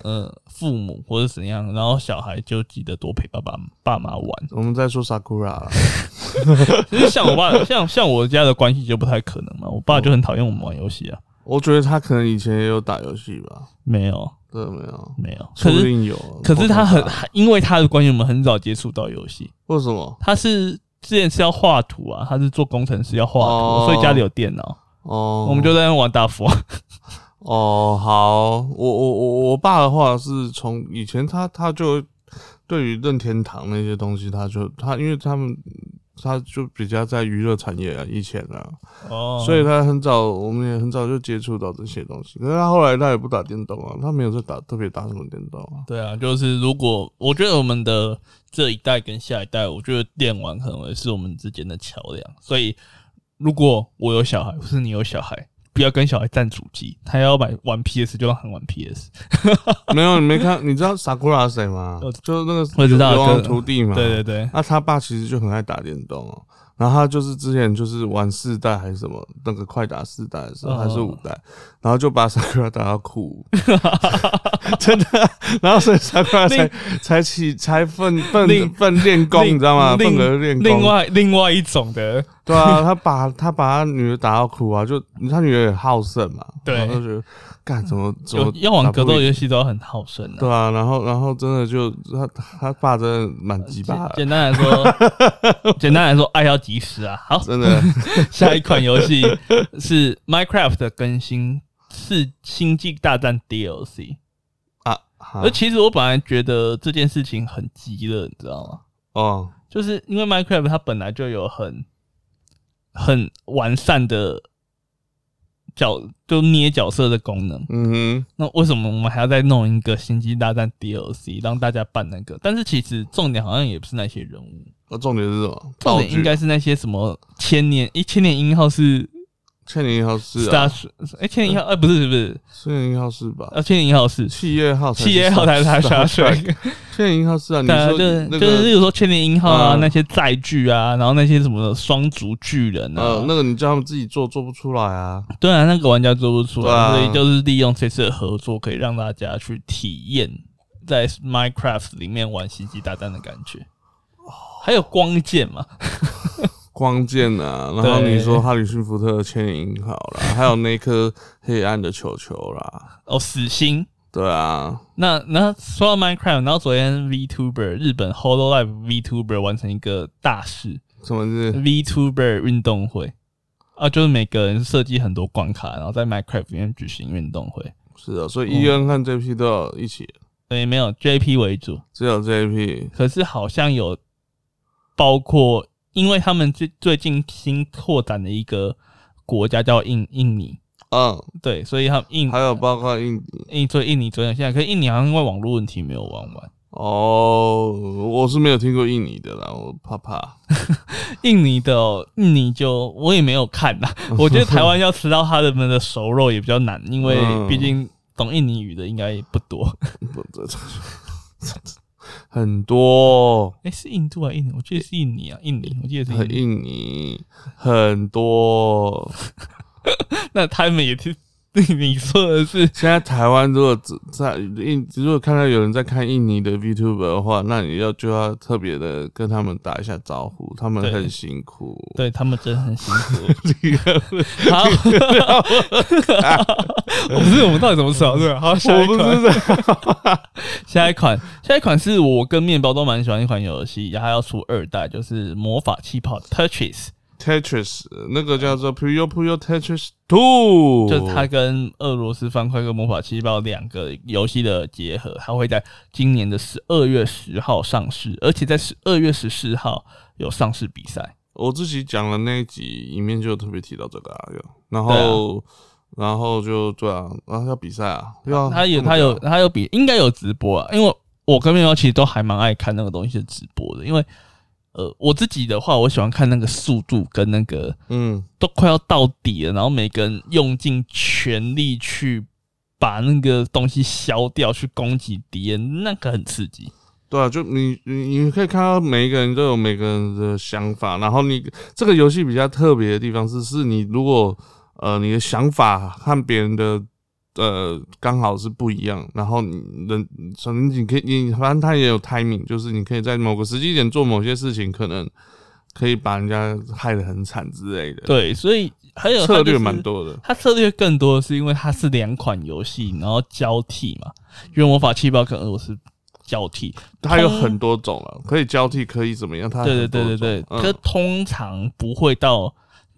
Speaker 2: 呃，父母或者怎样，然后小孩就记得多陪爸爸爸妈玩。
Speaker 1: 我们在说 Sakura，啦
Speaker 2: 其实像我爸，像像我家的关系就不太可能嘛。我爸就很讨厌我们玩游戏啊，
Speaker 1: 我觉得他可能以前也有打游戏吧，
Speaker 2: 没有
Speaker 1: 对，没有，
Speaker 2: 没有。
Speaker 1: 说
Speaker 2: 可
Speaker 1: 不
Speaker 2: 是
Speaker 1: 定有。
Speaker 2: 可是他很
Speaker 1: 我不知道
Speaker 2: 因为他的关系，我们很早接触到游戏。
Speaker 1: 为什么？
Speaker 2: 他是之前是要画图啊，他是做工程师要画图，
Speaker 1: 哦
Speaker 2: 所以家里有电脑，
Speaker 1: 哦，
Speaker 2: 我们就在那边玩大富翁。
Speaker 1: 哦，好，我我我我爸的话是从以前他他就对于任天堂那些东西，他就他因为他们他就比较在娱乐产业啊，以前啊，
Speaker 2: (laughs) 哦
Speaker 1: 所以他很早，我们也很早就接触到这些东西。可是他后来他也不打电动啊，他没有在打特别打什么电动啊。
Speaker 2: 对啊，就是如果我觉得我们的这一代跟下一代，我觉得电玩可能会是我们之间的桥梁。所以如果我有小孩，或是你有小孩，不要跟小孩占主机，他要买玩 PS 就让他玩 PS。
Speaker 1: 没有，你没看，你知道 Sakura 是谁吗
Speaker 2: 我？
Speaker 1: 就是那个
Speaker 2: 我知道
Speaker 1: 流
Speaker 2: 哥
Speaker 1: 氓徒弟嘛。
Speaker 2: 对对对，
Speaker 1: 那他爸其实就很爱打电动哦，然后他就是之前就是玩四代还是什么那个快打四代的时候
Speaker 2: 哦
Speaker 1: 还是五代，然后就把 Sakura 打到
Speaker 2: (laughs)
Speaker 1: 哭，真的，然后所以 Sakura 才才起才奋
Speaker 2: 另
Speaker 1: 奋奋练功，
Speaker 2: 另
Speaker 1: 你知道吗？
Speaker 2: 另
Speaker 1: 奋格练功。
Speaker 2: 另外另外一种的，
Speaker 1: 对啊，他把他把他女儿打到哭啊，就他女儿也好胜嘛，
Speaker 2: 对
Speaker 1: 然后就觉得干怎么怎
Speaker 2: 有
Speaker 1: 么
Speaker 2: 要玩格斗
Speaker 1: 打不赢
Speaker 2: 游戏都要很好胜啊。
Speaker 1: 对啊，然后然后真的就他他爸真的蛮鸡巴
Speaker 2: 简
Speaker 1: 的，
Speaker 2: 简单来说，
Speaker 1: (laughs)
Speaker 2: 简单来说，爱要及时啊。好，
Speaker 1: 真的
Speaker 2: 下一款游戏
Speaker 1: (laughs)
Speaker 2: 是 Minecraft 的更新，是《星际大战》DLC。
Speaker 1: 啊啊
Speaker 2: 而其实我本来觉得这件事情很急了，你知道吗？
Speaker 1: 哦
Speaker 2: 就是因为 Minecraft 它本来就有很很完善的角，就捏角色的功能。
Speaker 1: 嗯
Speaker 2: 那为什么我们还要再弄一个《星际大战》DLC 让大家扮那个？但是其实重点好像也不是那些人物，
Speaker 1: 哼，重点是什么？
Speaker 2: 重
Speaker 1: 道
Speaker 2: 点应
Speaker 1: 具。
Speaker 2: 该是那些什么千年一千年一号是
Speaker 1: 千年一号是啊，
Speaker 2: Star，哎、千年一号哎、不是不是，
Speaker 1: 千年一号是吧？
Speaker 2: 呃千年一号是
Speaker 1: 企业号才是
Speaker 2: 七 A 号
Speaker 1: Star-
Speaker 2: 才才
Speaker 1: Star
Speaker 2: 下水，
Speaker 1: Trek 千年一号是啊，你
Speaker 2: (laughs) 对啊，
Speaker 1: 说
Speaker 2: 就是
Speaker 1: 那
Speaker 2: 就是，例
Speaker 1: 个
Speaker 2: 如说千年一号啊，
Speaker 1: 嗯
Speaker 2: 那些载具啊，然后那些什么双足巨人
Speaker 1: 呃
Speaker 2: 啊，，
Speaker 1: 那个你叫他们自己做做不出来啊。
Speaker 2: 对啊，那个玩家做不出
Speaker 1: 对
Speaker 2: 来，
Speaker 1: 啊
Speaker 2: 所以就是利用这次的合作，可以让大家去体验在 Minecraft 里面玩星际大战的感觉。还有光剑嘛， (laughs)
Speaker 1: 光剑啊，然后
Speaker 2: 对
Speaker 1: 你说哈里逊福特的牵引好啦，还有那颗黑暗的球球啦，
Speaker 2: 哦，死星。
Speaker 1: 对啊，
Speaker 2: 那那说到 Minecraft，然后昨天 VTuber 日本 Hololive VTuber 完成一个大事，
Speaker 1: 什么是
Speaker 2: 嗯 VTuber 运动会啊，就是每个人设计很多关卡，然后在 Minecraft 里面举行运动会。
Speaker 1: 是的，
Speaker 2: 哦
Speaker 1: 所以 E N 和 J P 都有一起，
Speaker 2: 所以没有 JP 为主，
Speaker 1: 只有 J P
Speaker 2: 可是好像有包括，因为他们最最近新拓展的一个国家叫印印尼，
Speaker 1: 嗯，
Speaker 2: 对，所以他们印
Speaker 1: 还有包括印尼
Speaker 2: 印所以印尼昨天现在，可是印尼好像因为网络问题没有玩完。
Speaker 1: 哦，我是没有听过印尼的啦，我怕怕。
Speaker 2: 印尼的哦、印尼就我也没有看呐，我觉得台湾要吃到他们的熟肉也比较难，因为
Speaker 1: 嗯
Speaker 2: 毕竟懂印尼语的应该也不多。 (laughs)
Speaker 1: 不这这很多
Speaker 2: 哎、是印度啊，印尼，我记得是印尼啊，印尼，我记得是
Speaker 1: 很 (laughs)
Speaker 2: 印尼。
Speaker 1: 印尼，很多。
Speaker 2: 那他们也是， (laughs) 你说的是
Speaker 1: 现在台湾如果只在印，如果看到有人在看印尼的 VTuber 的话，那你要就要特别的跟他们打一下招呼，他们
Speaker 2: 对
Speaker 1: 很辛苦。
Speaker 2: 对他们真的很
Speaker 1: (laughs)
Speaker 2: 辛苦。好，我不是我们到底怎么找对吧？好，下
Speaker 1: 我
Speaker 2: 一
Speaker 1: 不
Speaker 2: 款，
Speaker 1: 知道，
Speaker 2: 下一款，下一款是我跟面包都蛮喜欢一款游戏，然后它要出二代，就是魔法气泡 Tetris，
Speaker 1: Tetris 那个叫做 Puyo Puyo Tetris Two，
Speaker 2: 就是它跟俄罗斯方块跟魔法气泡两个游戏的结合，它会在今年的十二月十号上市，而且在十二月十四号有上市比赛。
Speaker 1: 我自己讲的那一集里面就有特别提到这个啊，有然后、然后就对啊，然后要比赛啊，对啊，
Speaker 2: 他有
Speaker 1: 这么
Speaker 2: 他有
Speaker 1: 屌
Speaker 2: 他有比应该有直播啊，因为我跟面包其实都还蛮爱看那个东西的直播的，因为呃我自己的话，我喜欢看那个速度跟那个
Speaker 1: 嗯，
Speaker 2: 都快要到底了，然后每个人用尽全力去把那个东西消掉，去攻击敌人，那个很刺激。
Speaker 1: 对啊，就你你你可以看到每一个人都有每个人的想法，然后你这个游戏比较特别的地方是，是你如果呃你的想法和别人的呃刚好是不一样，然后你人反正你可以你反正它也有 timing，就是你可以在某个时机点做某些事情，可能可以把人家害得很惨之类的，
Speaker 2: 对，所以还有
Speaker 1: 策略蛮。多的。
Speaker 2: 它策略更多的是因为它是两款游戏，然后交替嘛，因为魔法气泡跟俄罗斯交替，
Speaker 1: 它有
Speaker 2: 通
Speaker 1: 很多种了，可以交替，可以怎么样？它
Speaker 2: 对对
Speaker 1: 很多
Speaker 2: 对对对，
Speaker 1: 种嗯
Speaker 2: 可通常不会到，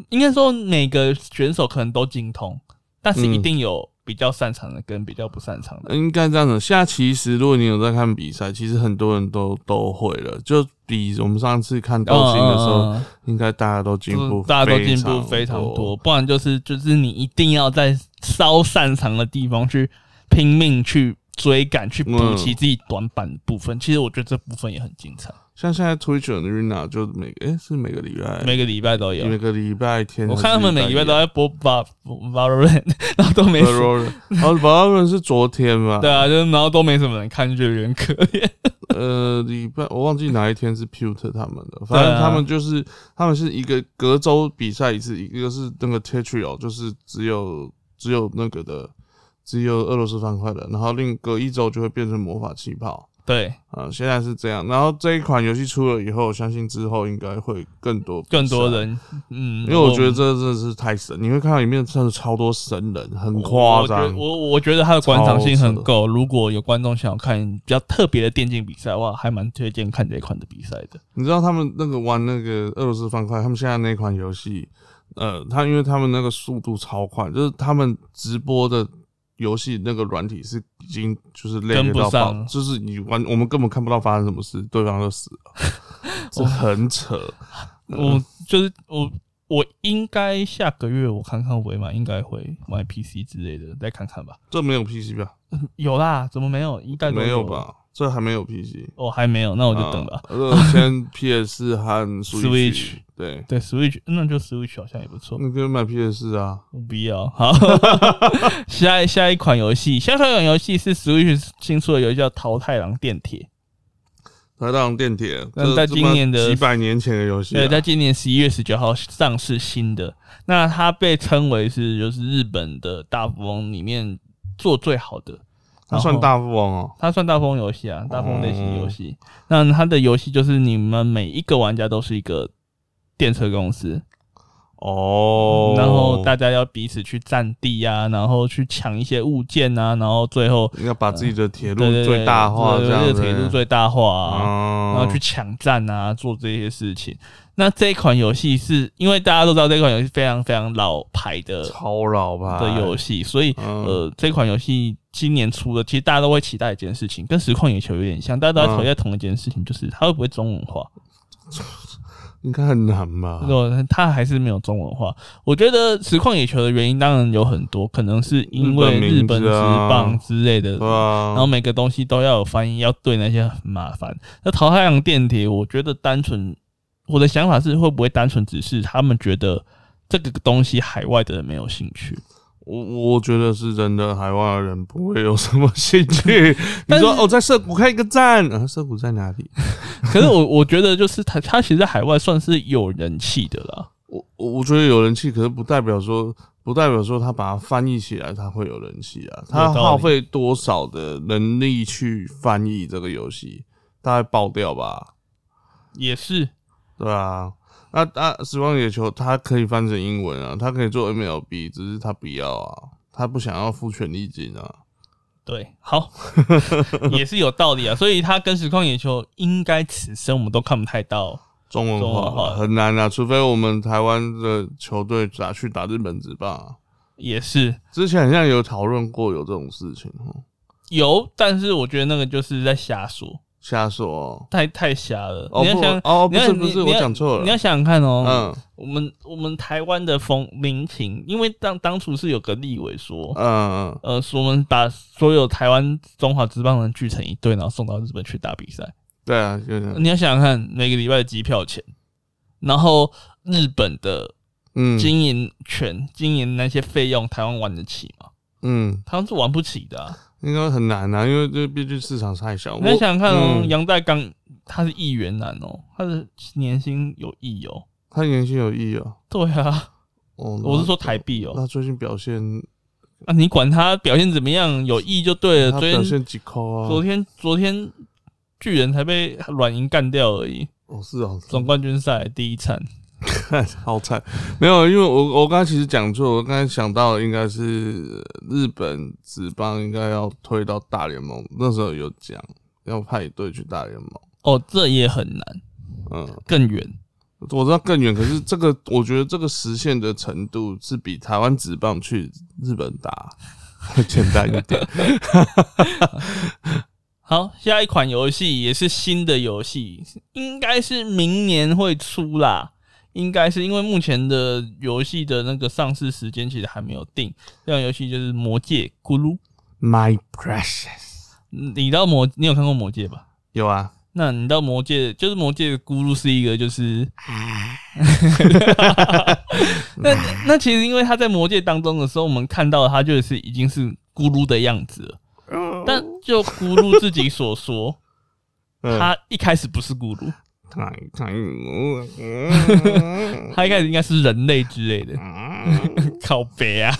Speaker 2: 应该说每个选手可能都精通，但是一
Speaker 1: 嗯
Speaker 2: 定有比较擅长的跟比较不擅长的。
Speaker 1: 应该这样子。现在其实如果你有在看比赛，其实很多人都都会了，就比我们上次看斗星的时候，
Speaker 2: 嗯嗯嗯
Speaker 1: 应该大家都进
Speaker 2: 嗯
Speaker 1: 步，
Speaker 2: 大家都进步非常多，。不然就是就是你一定要在稍擅长的地方去拼命去追赶，去补
Speaker 1: 嗯
Speaker 2: 齐自己短板的部分。其实我觉得这部分也很精彩，
Speaker 1: 像现在 Twitch 的 Rina 就每诶、是每个礼拜
Speaker 2: 每个礼拜都有。
Speaker 1: 每个礼拜天，
Speaker 2: 我看他们每个礼拜都在播 Va- Valorant，然后都没
Speaker 1: 没
Speaker 2: 什么。
Speaker 1: 说。
Speaker 2: (laughs)
Speaker 1: 哦，宝宝们是昨天嘛？
Speaker 2: 对啊，就是然后都没什么人看，就觉得有点可怜。
Speaker 1: 呃，礼拜我忘记哪一天是 Pute 他们的，反
Speaker 2: 啊
Speaker 1: 正他们就是他们是一个隔周比赛一次，一个是那个 Tetrio，就是只有只有那个的，只有俄罗斯方块的，然后另隔一周就会变成魔法气泡
Speaker 2: 对，
Speaker 1: 啊、现在是这样。然后这一款游戏出了以后，我相信之后应该会更多
Speaker 2: 更多
Speaker 1: 比赛。
Speaker 2: 人，嗯，
Speaker 1: 啊因为我觉得这真的是太神，你会看到里面真的超多神人，很
Speaker 2: 我
Speaker 1: 夸
Speaker 2: 我觉
Speaker 1: 张
Speaker 2: 得。我我觉得它的观赏性很够。如果有观众想要看比较特别的电竞比赛的话，还蛮推荐看这一款的比赛的。
Speaker 1: 你知道他们那个玩那个俄罗斯方块，他们现在那款游戏，呃，他因为他们那个速度超快，就是他们直播的游戏那个软体是已经就是累
Speaker 2: 跟
Speaker 1: 累
Speaker 2: 不
Speaker 1: 到爆
Speaker 2: 上，
Speaker 1: 就是你玩我们根本看不到发生
Speaker 2: (laughs)
Speaker 1: 什么事，对方就死了，这很扯。
Speaker 2: 我就是我。我应该下个月我看看我会买，应该会买 PC 之类的，再看看吧。
Speaker 1: 这没有 PC 吧？
Speaker 2: 有啦，怎么没有？一代都
Speaker 1: 没有？吧？这还没有 PC，
Speaker 2: 哦，还没有，那我就等吧。
Speaker 1: 啊。乐 (laughs) 天 PS 和 Switch，
Speaker 2: Switch
Speaker 1: 对，
Speaker 2: 对，Switch，那就 Switch 好像也不错。
Speaker 1: 你可以买 PS 啊。
Speaker 2: 我不要。好， (laughs) 下一下一款游戏，下一款游戏是 Switch 新出的游戏叫《桃太郎电铁》。
Speaker 1: 台浪电铁，
Speaker 2: 那
Speaker 1: 这
Speaker 2: 在
Speaker 1: 他
Speaker 2: 今
Speaker 1: 妈
Speaker 2: 年的
Speaker 1: 几百年前的游戏啊，
Speaker 2: 对，在今年十一月十九号上市新的。那它被称为是就是日本的大富翁里面做最好的，
Speaker 1: 他算
Speaker 2: 然后，
Speaker 1: 大富翁哦。
Speaker 2: 它算大富翁游戏啊，大富翁类型
Speaker 1: 嗯
Speaker 2: 游戏。那它的游戏就是你们每一个玩家都是一个电车公司，
Speaker 1: 哦，
Speaker 2: 然后大家要彼此去占地啊，然后去抢一些物件啊，然后最后
Speaker 1: 要把自己的铁路
Speaker 2: 对对对
Speaker 1: 最大化，
Speaker 2: 对
Speaker 1: 这
Speaker 2: 对
Speaker 1: 样
Speaker 2: 对
Speaker 1: 子
Speaker 2: 铁路最大化啊。
Speaker 1: 啊
Speaker 2: 然后去抢占啊，做这些事情。那这一款游戏是因为大家都知道这款游戏非常非常老牌的
Speaker 1: 超老吧
Speaker 2: 的游戏，所以、
Speaker 1: 嗯
Speaker 2: 呃，这款游戏今年出的，其实大家都会期待一件事情，跟实况野球有点像，大家都在期待同一件事情，就是它会不会中文化？
Speaker 1: 应该很难吧
Speaker 2: 如？果它还是没有中文化，我觉得实况野球的原因当然有很多，可能是因为
Speaker 1: 日
Speaker 2: 日
Speaker 1: 本
Speaker 2: 本
Speaker 1: 名
Speaker 2: 职
Speaker 1: 字啊
Speaker 2: 棒之类的
Speaker 1: 对啊，
Speaker 2: 然后每个东西都要有翻译，要对那些很麻烦。那淘太阳电铁，我觉得单纯我的想法是，会不会单纯只是他们觉得这个东西海外的人没有兴趣？
Speaker 1: 我我觉得是真的，海外的人不会有什么兴趣。你
Speaker 2: (laughs) 但是
Speaker 1: 说哦，在涩谷开一个站，啊，涩谷在哪里？
Speaker 2: 可是
Speaker 1: (laughs)
Speaker 2: 我我觉得就是他他其实在海外算是有人气的啦。
Speaker 1: 我我我觉得有人气，可是不代表说不代表说他把它翻译起来，他会有人气啊。他
Speaker 2: 有道理
Speaker 1: 耗费多少的能力去翻译这个游戏，大概爆掉吧，
Speaker 2: 也是，
Speaker 1: 对啊。那那《死亡野球》它可以翻成英文啊，它可以做 MLB，只是他不要啊，他不想要付权利金啊。
Speaker 2: 对，
Speaker 1: (laughs)
Speaker 2: 好，也是有道理啊。所以他跟实况野球应该此生我们都看不太到。
Speaker 1: 中文
Speaker 2: 中
Speaker 1: 化
Speaker 2: 文化
Speaker 1: 很难啊，除非我们台湾的球队打去打日本职棒啊、
Speaker 2: 也是
Speaker 1: 之前好像有讨论过有这种事情哦。
Speaker 2: 有，但是我觉得那个就是在瞎说，
Speaker 1: 瞎说哦，
Speaker 2: 太太瞎了。
Speaker 1: 哦
Speaker 2: 你要
Speaker 1: 不
Speaker 2: 想，
Speaker 1: 哦不
Speaker 2: 你要
Speaker 1: 是不是，
Speaker 2: 你
Speaker 1: 我
Speaker 2: 要
Speaker 1: 讲错
Speaker 2: 你要
Speaker 1: 了。
Speaker 2: 想想看哦，
Speaker 1: 嗯
Speaker 2: 我们我们台湾的风民情，因为当当初是有个立委说，
Speaker 1: 嗯嗯，
Speaker 2: 呃，说我们把所有台湾中华职棒人聚成一队，然后送到日本去打比赛。
Speaker 1: 对啊，有点
Speaker 2: 你要想想看，每个礼拜的机票钱，然后日本的
Speaker 1: 嗯
Speaker 2: 经营权、经营那些费用，台湾玩得起吗？
Speaker 1: 嗯，
Speaker 2: 台湾是玩不起的、啊。
Speaker 1: 应该很难啊，因为这毕竟市场太小。
Speaker 2: 你要
Speaker 1: 我
Speaker 2: 想想看哦，
Speaker 1: 嗯
Speaker 2: 杨代刚他是议员男哦，他的年薪有亿哦。
Speaker 1: 他言行有意哦。
Speaker 2: 对啊，
Speaker 1: 哦，那
Speaker 2: 我是说台币哦。
Speaker 1: 那最近表现，
Speaker 2: 啊，你管他表现怎么样，有意就对了。
Speaker 1: 他
Speaker 2: 昨
Speaker 1: 表
Speaker 2: 天
Speaker 1: 现几扣啊？
Speaker 2: 呃昨天昨天巨人才被软银干掉而已，
Speaker 1: 哦是哦， (laughs)
Speaker 2: 总冠军赛第一场。
Speaker 1: 好惨，没有，因为我我刚才其实讲错，我刚才想到的应该是呃日本职棒应该要推到大联盟，那时候有讲要派队去大联盟，
Speaker 2: 哦，这也很难，
Speaker 1: 嗯，
Speaker 2: 更远。
Speaker 1: 我知道更远，可是这个我觉得这个实现的程度是比台湾职棒去日本打简单一
Speaker 2: (laughs)
Speaker 1: 点，
Speaker 2: 好，下一款游戏也是新的游戏，应该是明年会出啦。应该是因为目前的游戏的那个上市时间其实还没有定。这款游戏就是《魔界咕噜》
Speaker 1: My precious，
Speaker 2: 嗯，你知道魔，你有看过《魔界》吧？
Speaker 1: 有啊，
Speaker 2: 那你到魔界，就是魔界的咕噜是一个，就是， (laughs) 那那其实因为他在魔界当中的时候，我们看到他就是已经是咕噜的样子了。但就咕噜自己所说，
Speaker 1: (laughs) 嗯，
Speaker 2: 他一开始不是咕噜，
Speaker 1: 太太嗯，
Speaker 2: 他一开始应该是人类之类的 (laughs)
Speaker 1: 嗯 (laughs)
Speaker 2: 靠北啊！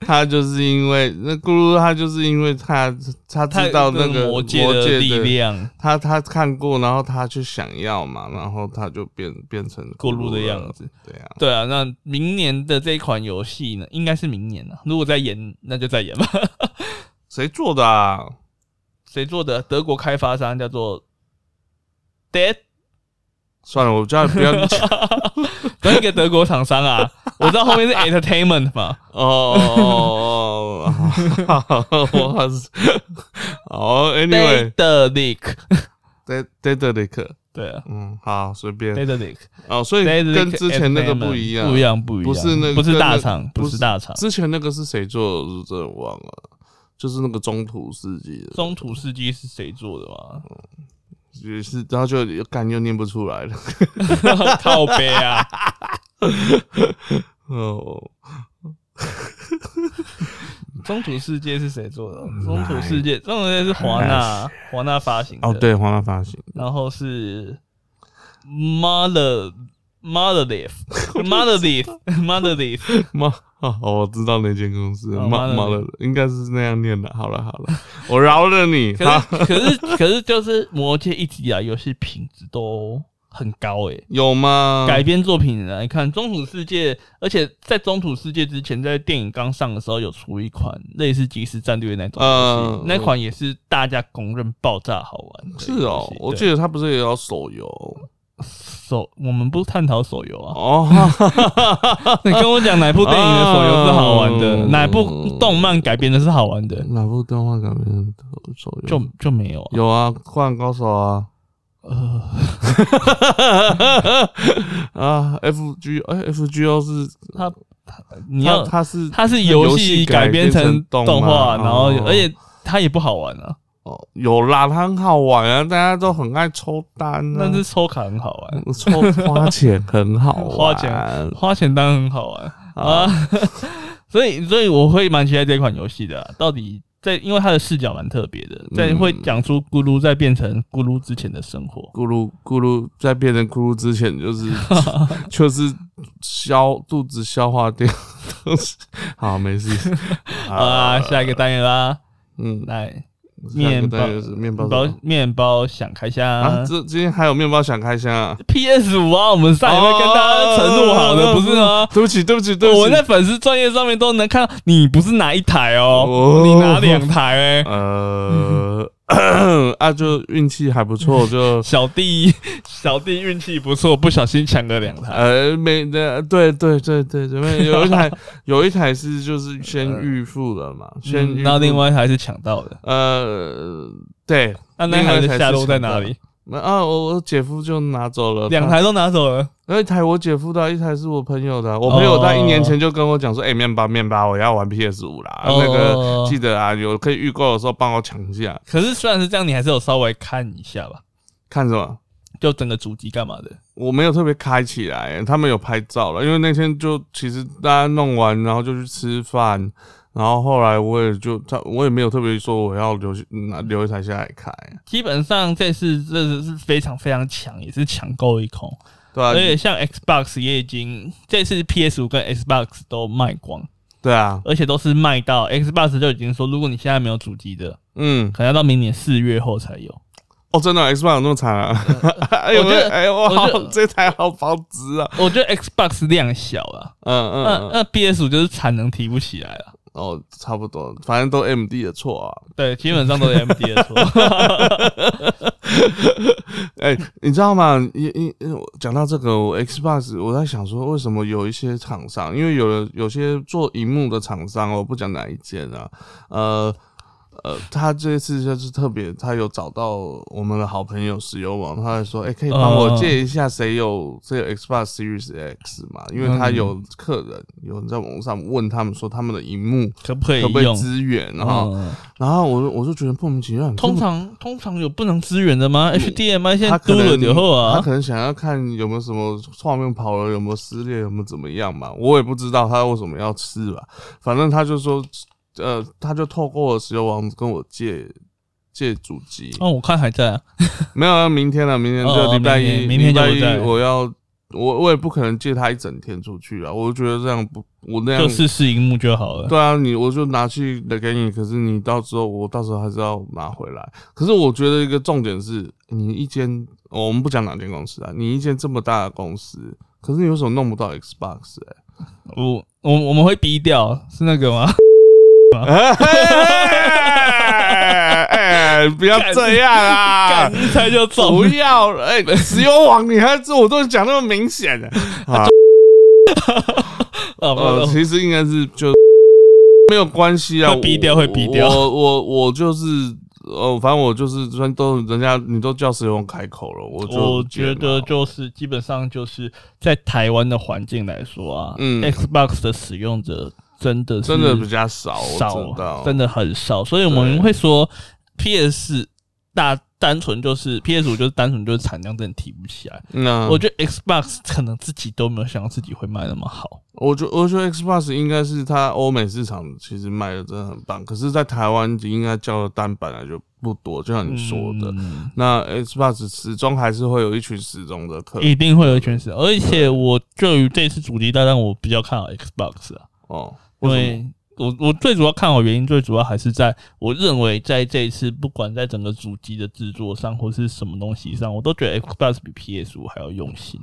Speaker 1: 他就是因为那咕噜，他就是因为他他
Speaker 2: 他
Speaker 1: (laughs) 知道那
Speaker 2: 这
Speaker 1: 个
Speaker 2: 魔界的力量，
Speaker 1: 他他看过，然后他去想要嘛，然后他就变变成
Speaker 2: 咕噜的
Speaker 1: 了
Speaker 2: 样子。
Speaker 1: 对啊，
Speaker 2: 对啊，那明年的这一款游戏呢，应该是明年了。啊如果再演，那就再演吧。 (laughs)
Speaker 1: 谁做的啊？
Speaker 2: 谁做的？德国开发商叫做 Dead，
Speaker 1: 算了，我叫你不要
Speaker 2: 那个德国厂商
Speaker 1: (laughs)
Speaker 2: 啊，我知道后面是 Entertainment 嘛，
Speaker 1: 哦哦哦哦，我是哦
Speaker 2: 对
Speaker 1: ，anyway，
Speaker 2: 的 Nick，
Speaker 1: d e d e d e l i c
Speaker 2: 对啊
Speaker 1: 嗯，好，随便
Speaker 2: d a t a l i k
Speaker 1: 哦，所以
Speaker 2: d a t a l i k
Speaker 1: 跟之前那个不一样，
Speaker 2: 不一。样，不一样，
Speaker 1: 不是那个
Speaker 2: 不是大
Speaker 1: 跟那
Speaker 2: 厂，不
Speaker 1: 不
Speaker 2: 是
Speaker 1: 是
Speaker 2: 大厂。
Speaker 1: 之前那个是谁做的？我真的忘了，就是那个中途世纪的，
Speaker 2: 中途司机是谁做的吗？ (laughs)
Speaker 1: 也是，然后就干又念不出来
Speaker 2: (laughs)
Speaker 1: 了。
Speaker 2: 靠背啊，
Speaker 1: 哦，
Speaker 2: 中途世界是谁做的？中途世界，中途世界是华纳，华纳发行的。
Speaker 1: 哦，， (laughs) 对，黄大发行，
Speaker 2: 然后是 Mother
Speaker 1: (laughs)
Speaker 2: Mother Leaf Mother Leaf Mother Leaf，
Speaker 1: (laughs) 妈， (laughs) 哦，我知道那间公司，
Speaker 2: 哦
Speaker 1: 妈
Speaker 2: 妈
Speaker 1: 妈
Speaker 2: 的
Speaker 1: 的，应该是那样念的。 (laughs) 好了好了，我饶了你。啊好，
Speaker 2: 可是 (laughs) 可是可是就是《魔戒》一直以来游戏品质都很高诶、
Speaker 1: 有吗？
Speaker 2: 改编作品来看，《中土世界》，而且在《中土世界》之前，在电影刚上的时候，有出一款类似即时战略那种游戏
Speaker 1: 嗯，
Speaker 2: 那款也是大家公认爆炸好玩的游戏。
Speaker 1: 是哦，我
Speaker 2: 对
Speaker 1: 记得他不是也有手游
Speaker 2: 手，我们不探讨手游啊。
Speaker 1: 哦，
Speaker 2: 你 (laughs) 跟我讲哪部电影的手游是好
Speaker 1: (laughs)
Speaker 2: 玩的，
Speaker 1: 哦
Speaker 2: 哪部动漫改编的是好玩的，
Speaker 1: 哪部动画改编的手游？
Speaker 2: 就就没 (laughs) 有啊。
Speaker 1: 有啊，《灌篮高手》啊，
Speaker 2: 呃 (laughs)
Speaker 1: 啊，F G 哎，F G O 是
Speaker 2: 他他你要
Speaker 1: 它它是
Speaker 2: (laughs) 它是游戏改编成动
Speaker 1: 动
Speaker 2: 画，
Speaker 1: 画
Speaker 2: 然后
Speaker 1: 哦
Speaker 2: 而且它也不好玩啊，
Speaker 1: 哦，有啦，它很好玩啊，大家都很爱抽单、啊，
Speaker 2: 但是抽卡很好玩，
Speaker 1: 抽花钱很好玩，
Speaker 2: (laughs) 花钱花钱当然很好玩啊， (laughs) 所以所以我会蛮期待这款游戏的啊，到底。在，因为它的视角蛮特别的，
Speaker 1: 嗯
Speaker 2: 在会讲出咕噜在变成咕噜之前的生活，
Speaker 1: 咕噜咕噜，在变成咕噜之前，就是
Speaker 2: (laughs)
Speaker 1: 就是消肚子消化掉东西。好，没事
Speaker 2: 啊，下一个单元啦，
Speaker 1: 嗯，
Speaker 2: 来
Speaker 1: 面
Speaker 2: 面
Speaker 1: 包
Speaker 2: 包
Speaker 1: 就是面包
Speaker 2: 包面包想开箱
Speaker 1: 啊，这今天还有面包想开箱啊？
Speaker 2: PS 五啊，我们上一位跟大家承诺好的，
Speaker 1: 哦
Speaker 2: 不是吗？哦
Speaker 1: 对不起，对不起，对不起。
Speaker 2: 我们在粉丝专业上面都能看到，你不是拿一台哦
Speaker 1: 哦，
Speaker 2: 你拿两台哎，
Speaker 1: 呃 (coughs) 啊，就运气还不错，就
Speaker 2: 小弟小弟运气不错，不小心抢个两台。
Speaker 1: 呃，没的，对对对对，因为有一台有一台是就是先预付了嘛，先预
Speaker 2: 嗯
Speaker 1: 付
Speaker 2: 然后另外一台是抢到的，
Speaker 1: 呃，对，
Speaker 2: 那那
Speaker 1: 另外
Speaker 2: 台
Speaker 1: 一台
Speaker 2: 的
Speaker 1: 是
Speaker 2: 下落在
Speaker 1: 抢
Speaker 2: 哪
Speaker 1: 到
Speaker 2: 里？
Speaker 1: 那啊，我我姐夫就拿走了
Speaker 2: 两
Speaker 1: 他
Speaker 2: 台都拿走了，
Speaker 1: 有一台我姐夫的啊，一台是我朋友的啊。我朋友在一年前就跟我讲说：“哎、面包面包，我要玩 PS 五啦，啊
Speaker 2: 哦
Speaker 1: 那个记得啊，有可以预购的时候帮我抢一下。
Speaker 2: 可是虽然是这样，你还是有稍微看一下吧，”
Speaker 1: 看什么？
Speaker 2: 就整个主机干嘛的？
Speaker 1: 我没有特别开起来，他们有拍照了，因为那天就其实大家弄完，然后就去吃饭，然后后来我也就他我也没有特别说我要留拿留一台下来开，
Speaker 2: 基本上这次这是非常非常强，也是抢购一空。
Speaker 1: 对啊
Speaker 2: 而，且像 Xbox 也已经这次 PS 五跟 Xbox 都卖光，
Speaker 1: 对啊，
Speaker 2: 而且都是卖到 Xbox 就已经说，如果你现在没有主机的，
Speaker 1: 嗯，
Speaker 2: 可能要到明年四月后才有。
Speaker 1: 哦，真的 Xbox 有那么惨啊？哎呦
Speaker 2: 我觉得
Speaker 1: 哎呦，我
Speaker 2: 我觉
Speaker 1: 好
Speaker 2: 得
Speaker 1: 这台好保值啊！
Speaker 2: 我觉得哦 Xbox 量小了，
Speaker 1: 嗯嗯
Speaker 2: 那
Speaker 1: 嗯，
Speaker 2: 那 PS 五就是产能提不起来了。
Speaker 1: 哦，差不多，反正都 M D 的错啊。
Speaker 2: 对，基本上都是 M D 的 (laughs) 错。
Speaker 1: 哎、你知道吗？因因因为我讲到这个，我 Xbox 我在想说，为什么有一些厂商，因为有的有些做荧幕的厂商，我不讲哪一间啊，呃呃，他这次就是特别，他有找到我们的好朋友石油网，他还说，哎、可以帮
Speaker 2: 呃
Speaker 1: 我借一下谁有这个 Xbox Series X 嘛？因为他有
Speaker 2: 嗯
Speaker 1: 客人有人在网上问他们说，他们的荧幕
Speaker 2: 可不可以
Speaker 1: 可不可以
Speaker 2: 用？
Speaker 1: 支援啊？然后
Speaker 2: 嗯，
Speaker 1: 然后我就我就觉得莫名其妙，
Speaker 2: 通常通常有不能支援的吗？HDMI 现在
Speaker 1: 他可
Speaker 2: 多了
Speaker 1: 能
Speaker 2: 以后
Speaker 1: 他
Speaker 2: 啊，
Speaker 1: 可能想要看有没有什么画面跑了，有没有撕裂，有没有怎么样嘛，我也不知道他为什么要吃吧，反正他就说，呃，他就透过石油王跟我借。借主机、
Speaker 2: 哦，我看还在啊。
Speaker 1: 没有啊，明天了，明天
Speaker 2: 哦
Speaker 1: 就礼拜一，
Speaker 2: 明天
Speaker 1: 礼
Speaker 2: 明天
Speaker 1: 拜
Speaker 2: 就不在
Speaker 1: 一我要，我我也不可能借他一整天出去啊，我就觉得这样不，我那样
Speaker 2: 就试试荧幕就好了。
Speaker 1: 对啊，你我就拿去给你，可是你到时候我到时候还是要拿回来。可是我觉得一个重点是，你一间、哦我们不讲哪间公司啊，你一间这么大的公司，可是你为什么弄不到 Xbox？欸
Speaker 2: (laughs) 我我我们会低调，是那个吗？
Speaker 1: 哎、哎哎不要这样啊
Speaker 2: 干！ (laughs) 一猜就
Speaker 1: 不
Speaker 2: 中， (laughs)
Speaker 1: 要了，哎、石油王，你还这我都讲那么明显的啊！
Speaker 2: 哦不 (laughs)
Speaker 1: 呃，
Speaker 2: 不
Speaker 1: 其实应该是就没有关系啊，
Speaker 2: 会逼掉
Speaker 1: 我
Speaker 2: 会逼掉
Speaker 1: 我我我就是哦，反正我就是，算都人家你都叫石油王开口了，我就
Speaker 2: 我
Speaker 1: 不
Speaker 2: 觉
Speaker 1: 见
Speaker 2: 得
Speaker 1: 了
Speaker 2: 就是基本上就是在台湾的环境来说啊，
Speaker 1: 嗯
Speaker 2: ，Xbox 的使用者真的是
Speaker 1: 真的比较少，我知
Speaker 2: 少啊
Speaker 1: 道，，
Speaker 2: 真的很少，所以我们
Speaker 1: 对
Speaker 2: 会说 PS 大单纯就是 PS 五就是单纯就是产量真的提不起来。
Speaker 1: 那
Speaker 2: 我觉得 Xbox 可能自己都没有想到自己会卖那么好，
Speaker 1: 我觉我觉得 Xbox 应该是它欧美市场其实卖的真的很棒，可是，在台湾应该叫的单本来就不多，就像你说的，
Speaker 2: 嗯
Speaker 1: 那 Xbox 始终还是会有一群始终的客
Speaker 2: 一定会有全死。而且我对于这次主题大战，我比较看好 Xbox 啊，
Speaker 1: 哦，
Speaker 2: 因
Speaker 1: 为什么
Speaker 2: 为我我最主要看好原因，最主要还是在我认为在这一次不管在整个主机的制作上或是什么东西上，我都觉得 Xbox 比 PS 五还要用心。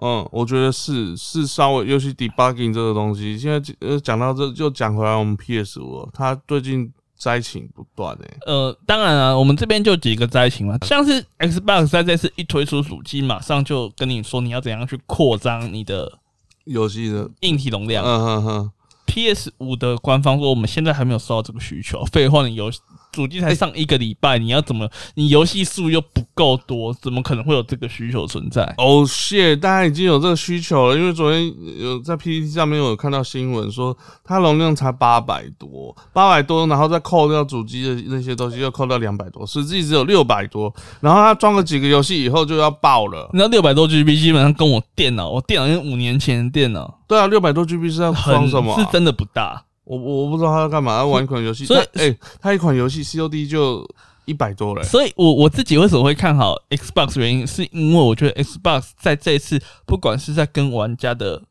Speaker 1: 嗯，我觉得是是稍微，尤其 debugging 这个东西，现在呃讲到这就讲回来，我们 PS 五，它最近灾情不断欸诶、
Speaker 2: 呃，当然啊，我们这边就几个灾情嘛，像是 Xbox 在这次一推出主机，马上就跟你说你要怎样去扩张你的
Speaker 1: 游戏的，
Speaker 2: 硬体容量。
Speaker 1: 嗯哼哼，
Speaker 2: PS 五的官方说我们现在还没有收到这个需求，废话，你游主机才上一个礼拜，你要怎么？你游戏数又不够多，怎么可能会有这个需求存在？
Speaker 1: 哦、谢，大家已经有这个需求了，因为昨天有在 PPT 上面有看到新闻说，它容量才八百多，八百多，然后再扣掉主机的那些东西，又扣到两百多，实际只有六百多，然后它装了几个游戏以后就要爆了。
Speaker 2: 你知道六百多 GB 基本上跟我电脑，我电脑用五年前的电脑，
Speaker 1: 对啊，六百多 GB 是要装
Speaker 2: 很
Speaker 1: 什么啊、
Speaker 2: 是真的不大。
Speaker 1: 我我我不知道他要干
Speaker 2: (laughs)
Speaker 1: 嘛，要玩一款游戏。
Speaker 2: 所以
Speaker 1: 他哎、他一款游戏 COD 就一百多了、欸。
Speaker 2: 所以我我自己为什么会看好 Xbox 原因，是因为我觉得 Xbox 在这一次不管是在跟玩家的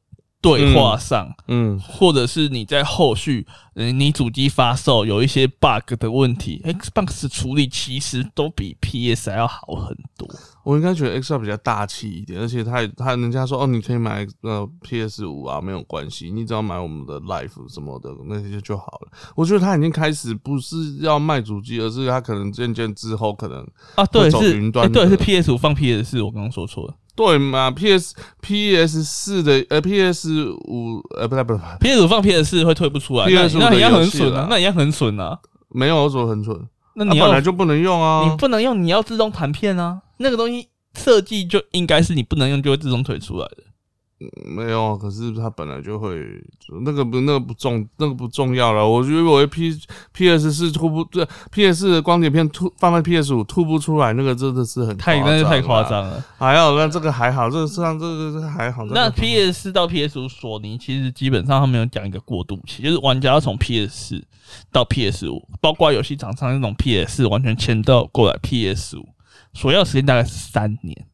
Speaker 2: 对话上，
Speaker 1: 嗯，
Speaker 2: 或者是你在后续，呃，你主机发售有一些 bug 的问题，Xbox 处理其实都比 PS 还要好很多。
Speaker 1: 我应该觉得 Xbox 比较大气一点，而且他也他人家说哦，你可以买呃 PS 五啊，没有关系，你只要买我们的 Life 什么的那些就好了。我觉得他已经开始不是要卖主机，而是他可能渐渐之后可能
Speaker 2: 啊，对，
Speaker 1: 会走
Speaker 2: 是
Speaker 1: 云，端
Speaker 2: 诶对，
Speaker 1: 的
Speaker 2: 是 PS 五放 PS 四，我刚刚说错了
Speaker 1: 对嘛？PS PS 四的呃 PS 五呃不对不对不对，
Speaker 2: ，PS 五放 PS 四会退不出来，那
Speaker 1: PS5
Speaker 2: 那一样
Speaker 1: 的游
Speaker 2: 很
Speaker 1: 戏
Speaker 2: 损啊
Speaker 1: 啦，
Speaker 2: 那一样很损啊，
Speaker 1: 没有，我怎么很蠢？
Speaker 2: 那你
Speaker 1: 啊
Speaker 2: 要、
Speaker 1: 本来就不能用啊，
Speaker 2: 你不能用，你要自动弹片啊，那个东西设计就应该是你不能用就会自动退出来的。
Speaker 1: 没有啊，可是它本来就会那个不那个不重那个不重要了。我觉得我 P P S 四突不这 P S 的光碟片突放在 P S 五突不出来，那个真的是很
Speaker 2: 太
Speaker 1: 夸张
Speaker 2: 那是太
Speaker 1: 了
Speaker 2: 夸。张了。
Speaker 1: 还好，那这个还好，这个上这个这个还好。
Speaker 2: 那
Speaker 1: 这个
Speaker 2: PS 四到 PS 五，索尼其实基本上他们有讲一个过渡期，就是玩家要从 PS 四到 PS 五，包括游戏厂商那种 PS 四完全迁到过来 PS 五，所要时间大概是三年，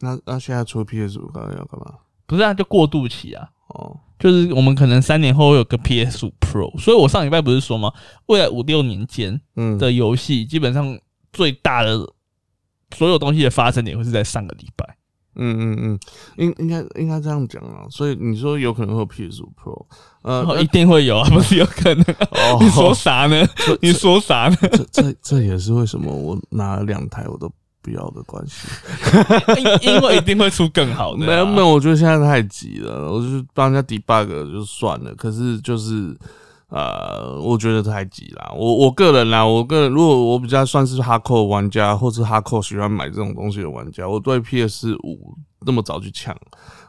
Speaker 1: 那那现在出 P S 五刚刚要干嘛？
Speaker 2: 不是啊，就过渡期啊。
Speaker 1: 哦，
Speaker 2: 就是我们可能三年后会有个 PS 五 Pro，所以我上礼拜不是说吗？未来五六年间
Speaker 1: 嗯，
Speaker 2: 的游戏，基本上最大的所有东西的发生点会是在上个礼拜。
Speaker 1: 嗯嗯嗯，应应该应该这样讲啊。所以你说有可能会有 P S 五 Pro，呃，
Speaker 2: (laughs) 哦，一定会有
Speaker 1: (laughs)
Speaker 2: 啊，不是有可能？
Speaker 1: 哦
Speaker 2: 你说啥
Speaker 1: (laughs)
Speaker 2: 呢？你说啥呢？
Speaker 1: 这这这也是为什么我拿了两台我都不要的关系。
Speaker 2: 因因为一定会出更好的、啊
Speaker 1: 没有没有，我觉得现在太急了，我就是帮人家 debug 就算了，可是就是。呃，我觉得太急啦。我我个人啦，我个人如果我比较算是哈扣玩家，或是哈扣喜欢买这种东西的玩家，我对 PS 五那么早去抢，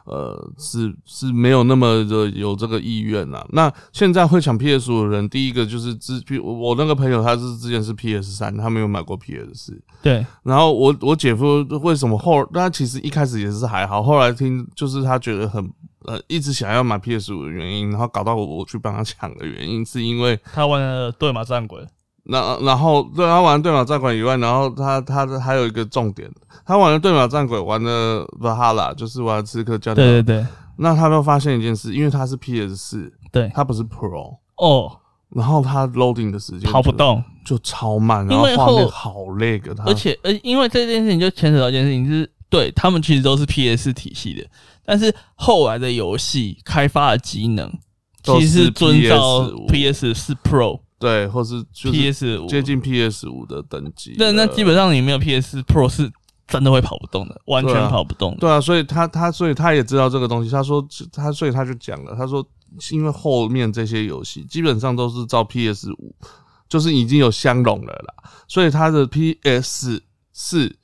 Speaker 1: 呃，是是没有那么的有这个意愿啦。那现在会抢 PS 五的人，第一个就是之我我那个朋友，他是之前是 PS 三，他没有买过 PS 四，
Speaker 2: 对，
Speaker 1: 然后我我姐夫为什么后，他其实一开始也是还好，后来听就是他觉得很呃一直想要买 PS 五的原因，然后搞到我我去帮他抢的原因，是因为
Speaker 2: 他玩了对马战鬼，
Speaker 1: 那然后对他玩了对马战鬼以外，然后他他的还有一个重点，他玩了对马战鬼，玩了 Valhalla，就是玩刺客教条。
Speaker 2: 对对对
Speaker 1: 那他都发现一件事，因为他是 PS 四，
Speaker 2: 对，
Speaker 1: 他不是 Pro，
Speaker 2: 哦，
Speaker 1: 然后他 loading 的时间
Speaker 2: 跑不
Speaker 1: 就
Speaker 2: 动，
Speaker 1: 就超慢，然
Speaker 2: 因
Speaker 1: 后
Speaker 2: 为
Speaker 1: 画
Speaker 2: 后
Speaker 1: 面好累个他，
Speaker 2: 而且呃，因为这件事情就牵扯到一件事情，就是对他们其实都是 PS 体系的，但是后来的游戏开发的机能
Speaker 1: 都
Speaker 2: 其实
Speaker 1: 是
Speaker 2: 是遵照
Speaker 1: PS5
Speaker 2: PS 四 Pro、
Speaker 1: 对，或是就是
Speaker 2: PS 五，
Speaker 1: 接近 PS 五的等级了。
Speaker 2: 那那基本上你没有 PS 四 Pro 是真的会跑不动的，完全
Speaker 1: 对啊
Speaker 2: 跑不动的。
Speaker 1: 对啊，所以他他所以他也知道这个东西，他说他所以他就讲了，他说因为后面这些游戏基本上都是照 PS 五就是已经有相容了啦，所以它的 PS 四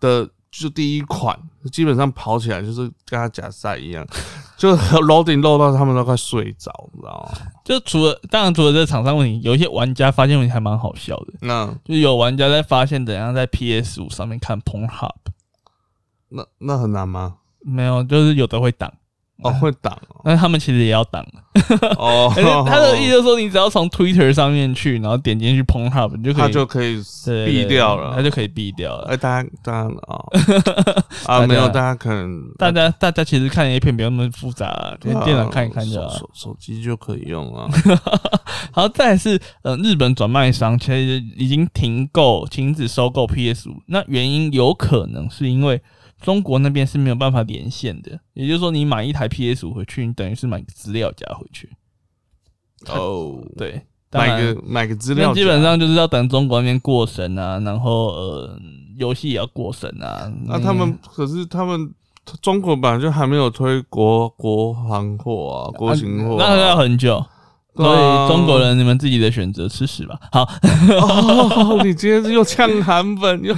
Speaker 1: 的就第一款基本上跑起来就是跟它假赛一样，就 loading 漏到他们都快睡着，你知道吗？
Speaker 2: 就除了当然除了这个厂商问题，有一些玩家发现问题还蛮好笑的，
Speaker 1: 那
Speaker 2: 就是有玩家在发现怎样在 PS 五上面看 Pornhub，
Speaker 1: 那那很难吗？
Speaker 2: 没有，就是有的会挡，
Speaker 1: 哦，会挡
Speaker 2: 但是他们其实也
Speaker 1: (laughs)
Speaker 2: 要挡。
Speaker 1: 哦
Speaker 2: (laughs) 而且，他的意思就是说，你只要从 Twitter 上面去，然后点进去 Pornhub，你就可以
Speaker 1: 他就可以
Speaker 2: 对对对
Speaker 1: 避掉了
Speaker 2: 他。就可以避掉了。
Speaker 1: 哎，大家，大家
Speaker 2: (laughs)
Speaker 1: 哦啊，没有，大家可能
Speaker 2: 大家大家其实看 A 片不要那么复杂啊，
Speaker 1: 对啊
Speaker 2: 电脑看一看就好
Speaker 1: 手
Speaker 2: 了。
Speaker 1: 手手机就可以用
Speaker 2: (laughs)
Speaker 1: 啊。
Speaker 2: 好，再来是呃，日本转卖商其实已经停购停止收购 PS 五，那原因有可能是因为中国那边是没有办法连线的，也就是说你买一台 PS 五回去，你等于是买个资料夹回去。
Speaker 1: 哦，
Speaker 2: 对，当然
Speaker 1: 买个买个资
Speaker 2: 那
Speaker 1: 料夹，
Speaker 2: 基本上就是要等中国那边过审啊，然后呃，游戏也要过审啊。
Speaker 1: 那他们可是他们中国本来就还没有推国国行货啊，国情货啊，
Speaker 2: 那要很久。
Speaker 1: 对
Speaker 2: 所
Speaker 1: 啊
Speaker 2: 以中国人，你们自己的选择，吃屎吧。好，
Speaker 1: 哦，你今天又呛韩粉
Speaker 2: (laughs)
Speaker 1: 又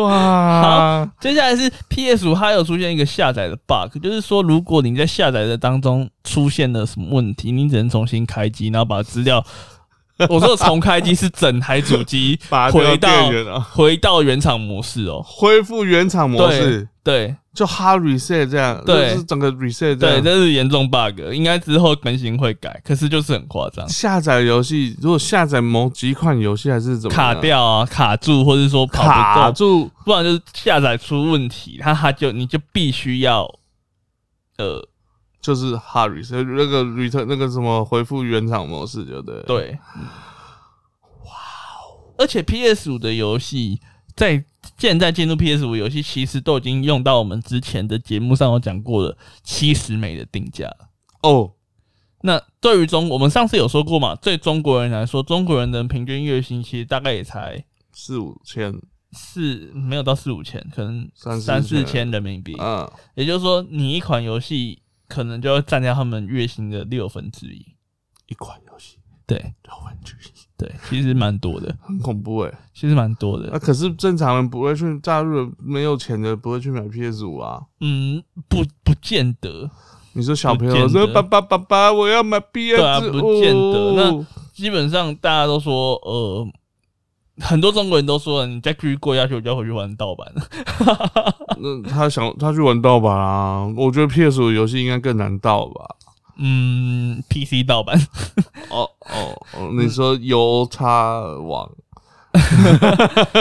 Speaker 1: 哇，
Speaker 2: 接下来是 PS 五，它有出现一个下载的 bug，就是说，如果你在下载的当中出现了什么问题，你只能重新开机，然后把资料。我说的重开机是整台
Speaker 1: (laughs)
Speaker 2: 主机
Speaker 1: 拔掉
Speaker 2: 回到
Speaker 1: 电源啊
Speaker 2: 回到原厂模式哦。
Speaker 1: 恢复原厂模
Speaker 2: 对
Speaker 1: 式，
Speaker 2: 对
Speaker 1: 就哈 reset 这样，
Speaker 2: 对
Speaker 1: 就是整个 reset 这
Speaker 2: 对，
Speaker 1: 样。
Speaker 2: 这是严重 bug，应该之后更新会改，可是就是很
Speaker 1: (laughs)
Speaker 2: 夸张。
Speaker 1: 下载游戏，如果下载某几款游戏还是怎么样
Speaker 2: 卡掉啊，卡住，或者说跑不
Speaker 1: 卡
Speaker 2: 动，
Speaker 1: 住，
Speaker 2: 不然就是下载出问题，它它就你就必须要，呃，
Speaker 1: 就是哈 reset 那个 return 那个什么恢复原厂模式，就对。，
Speaker 2: 对，哇哦！而且 PS 五的游戏在现在进入 PS 五游戏，其实都已经用到我们之前的节目上有讲过的七十美的定价了。
Speaker 1: 哦，
Speaker 2: 那对于中，我们上次有说过嘛，对中国人来说，中国人的平均月薪其实大概也才
Speaker 1: 四五千，
Speaker 2: 四，没有到四五千，可能
Speaker 1: 三四
Speaker 2: 三四
Speaker 1: 千
Speaker 2: 千人民币。
Speaker 1: 嗯，
Speaker 2: 也就是说，你一款游戏可能就要占掉他们月薪的六分之一。
Speaker 1: 一款游戏
Speaker 2: 对
Speaker 1: 六万之一，
Speaker 2: 对，其实蛮多的，
Speaker 1: 很恐怖哎、欸。
Speaker 2: 其实蛮多
Speaker 1: 那、
Speaker 2: 的。
Speaker 1: 可是正常人不会去，大陆人没有钱的不会去买 PS 五啊。
Speaker 2: 嗯，不不见得，
Speaker 1: 你说小朋
Speaker 2: 不见
Speaker 1: 友
Speaker 2: 得
Speaker 1: 说爸爸爸爸，我要买 PS 五、哦
Speaker 2: 啊不见得那基本上大家都说，呃，很多中国人都说，你再继续过下去，我就要回去玩盗版了。
Speaker 1: (laughs) 那他想他去玩盗版啊？我觉得 PS 五游戏应该更难盗吧？
Speaker 2: 嗯，PC 盗版， (laughs)
Speaker 1: 哦哦哦，你说邮差网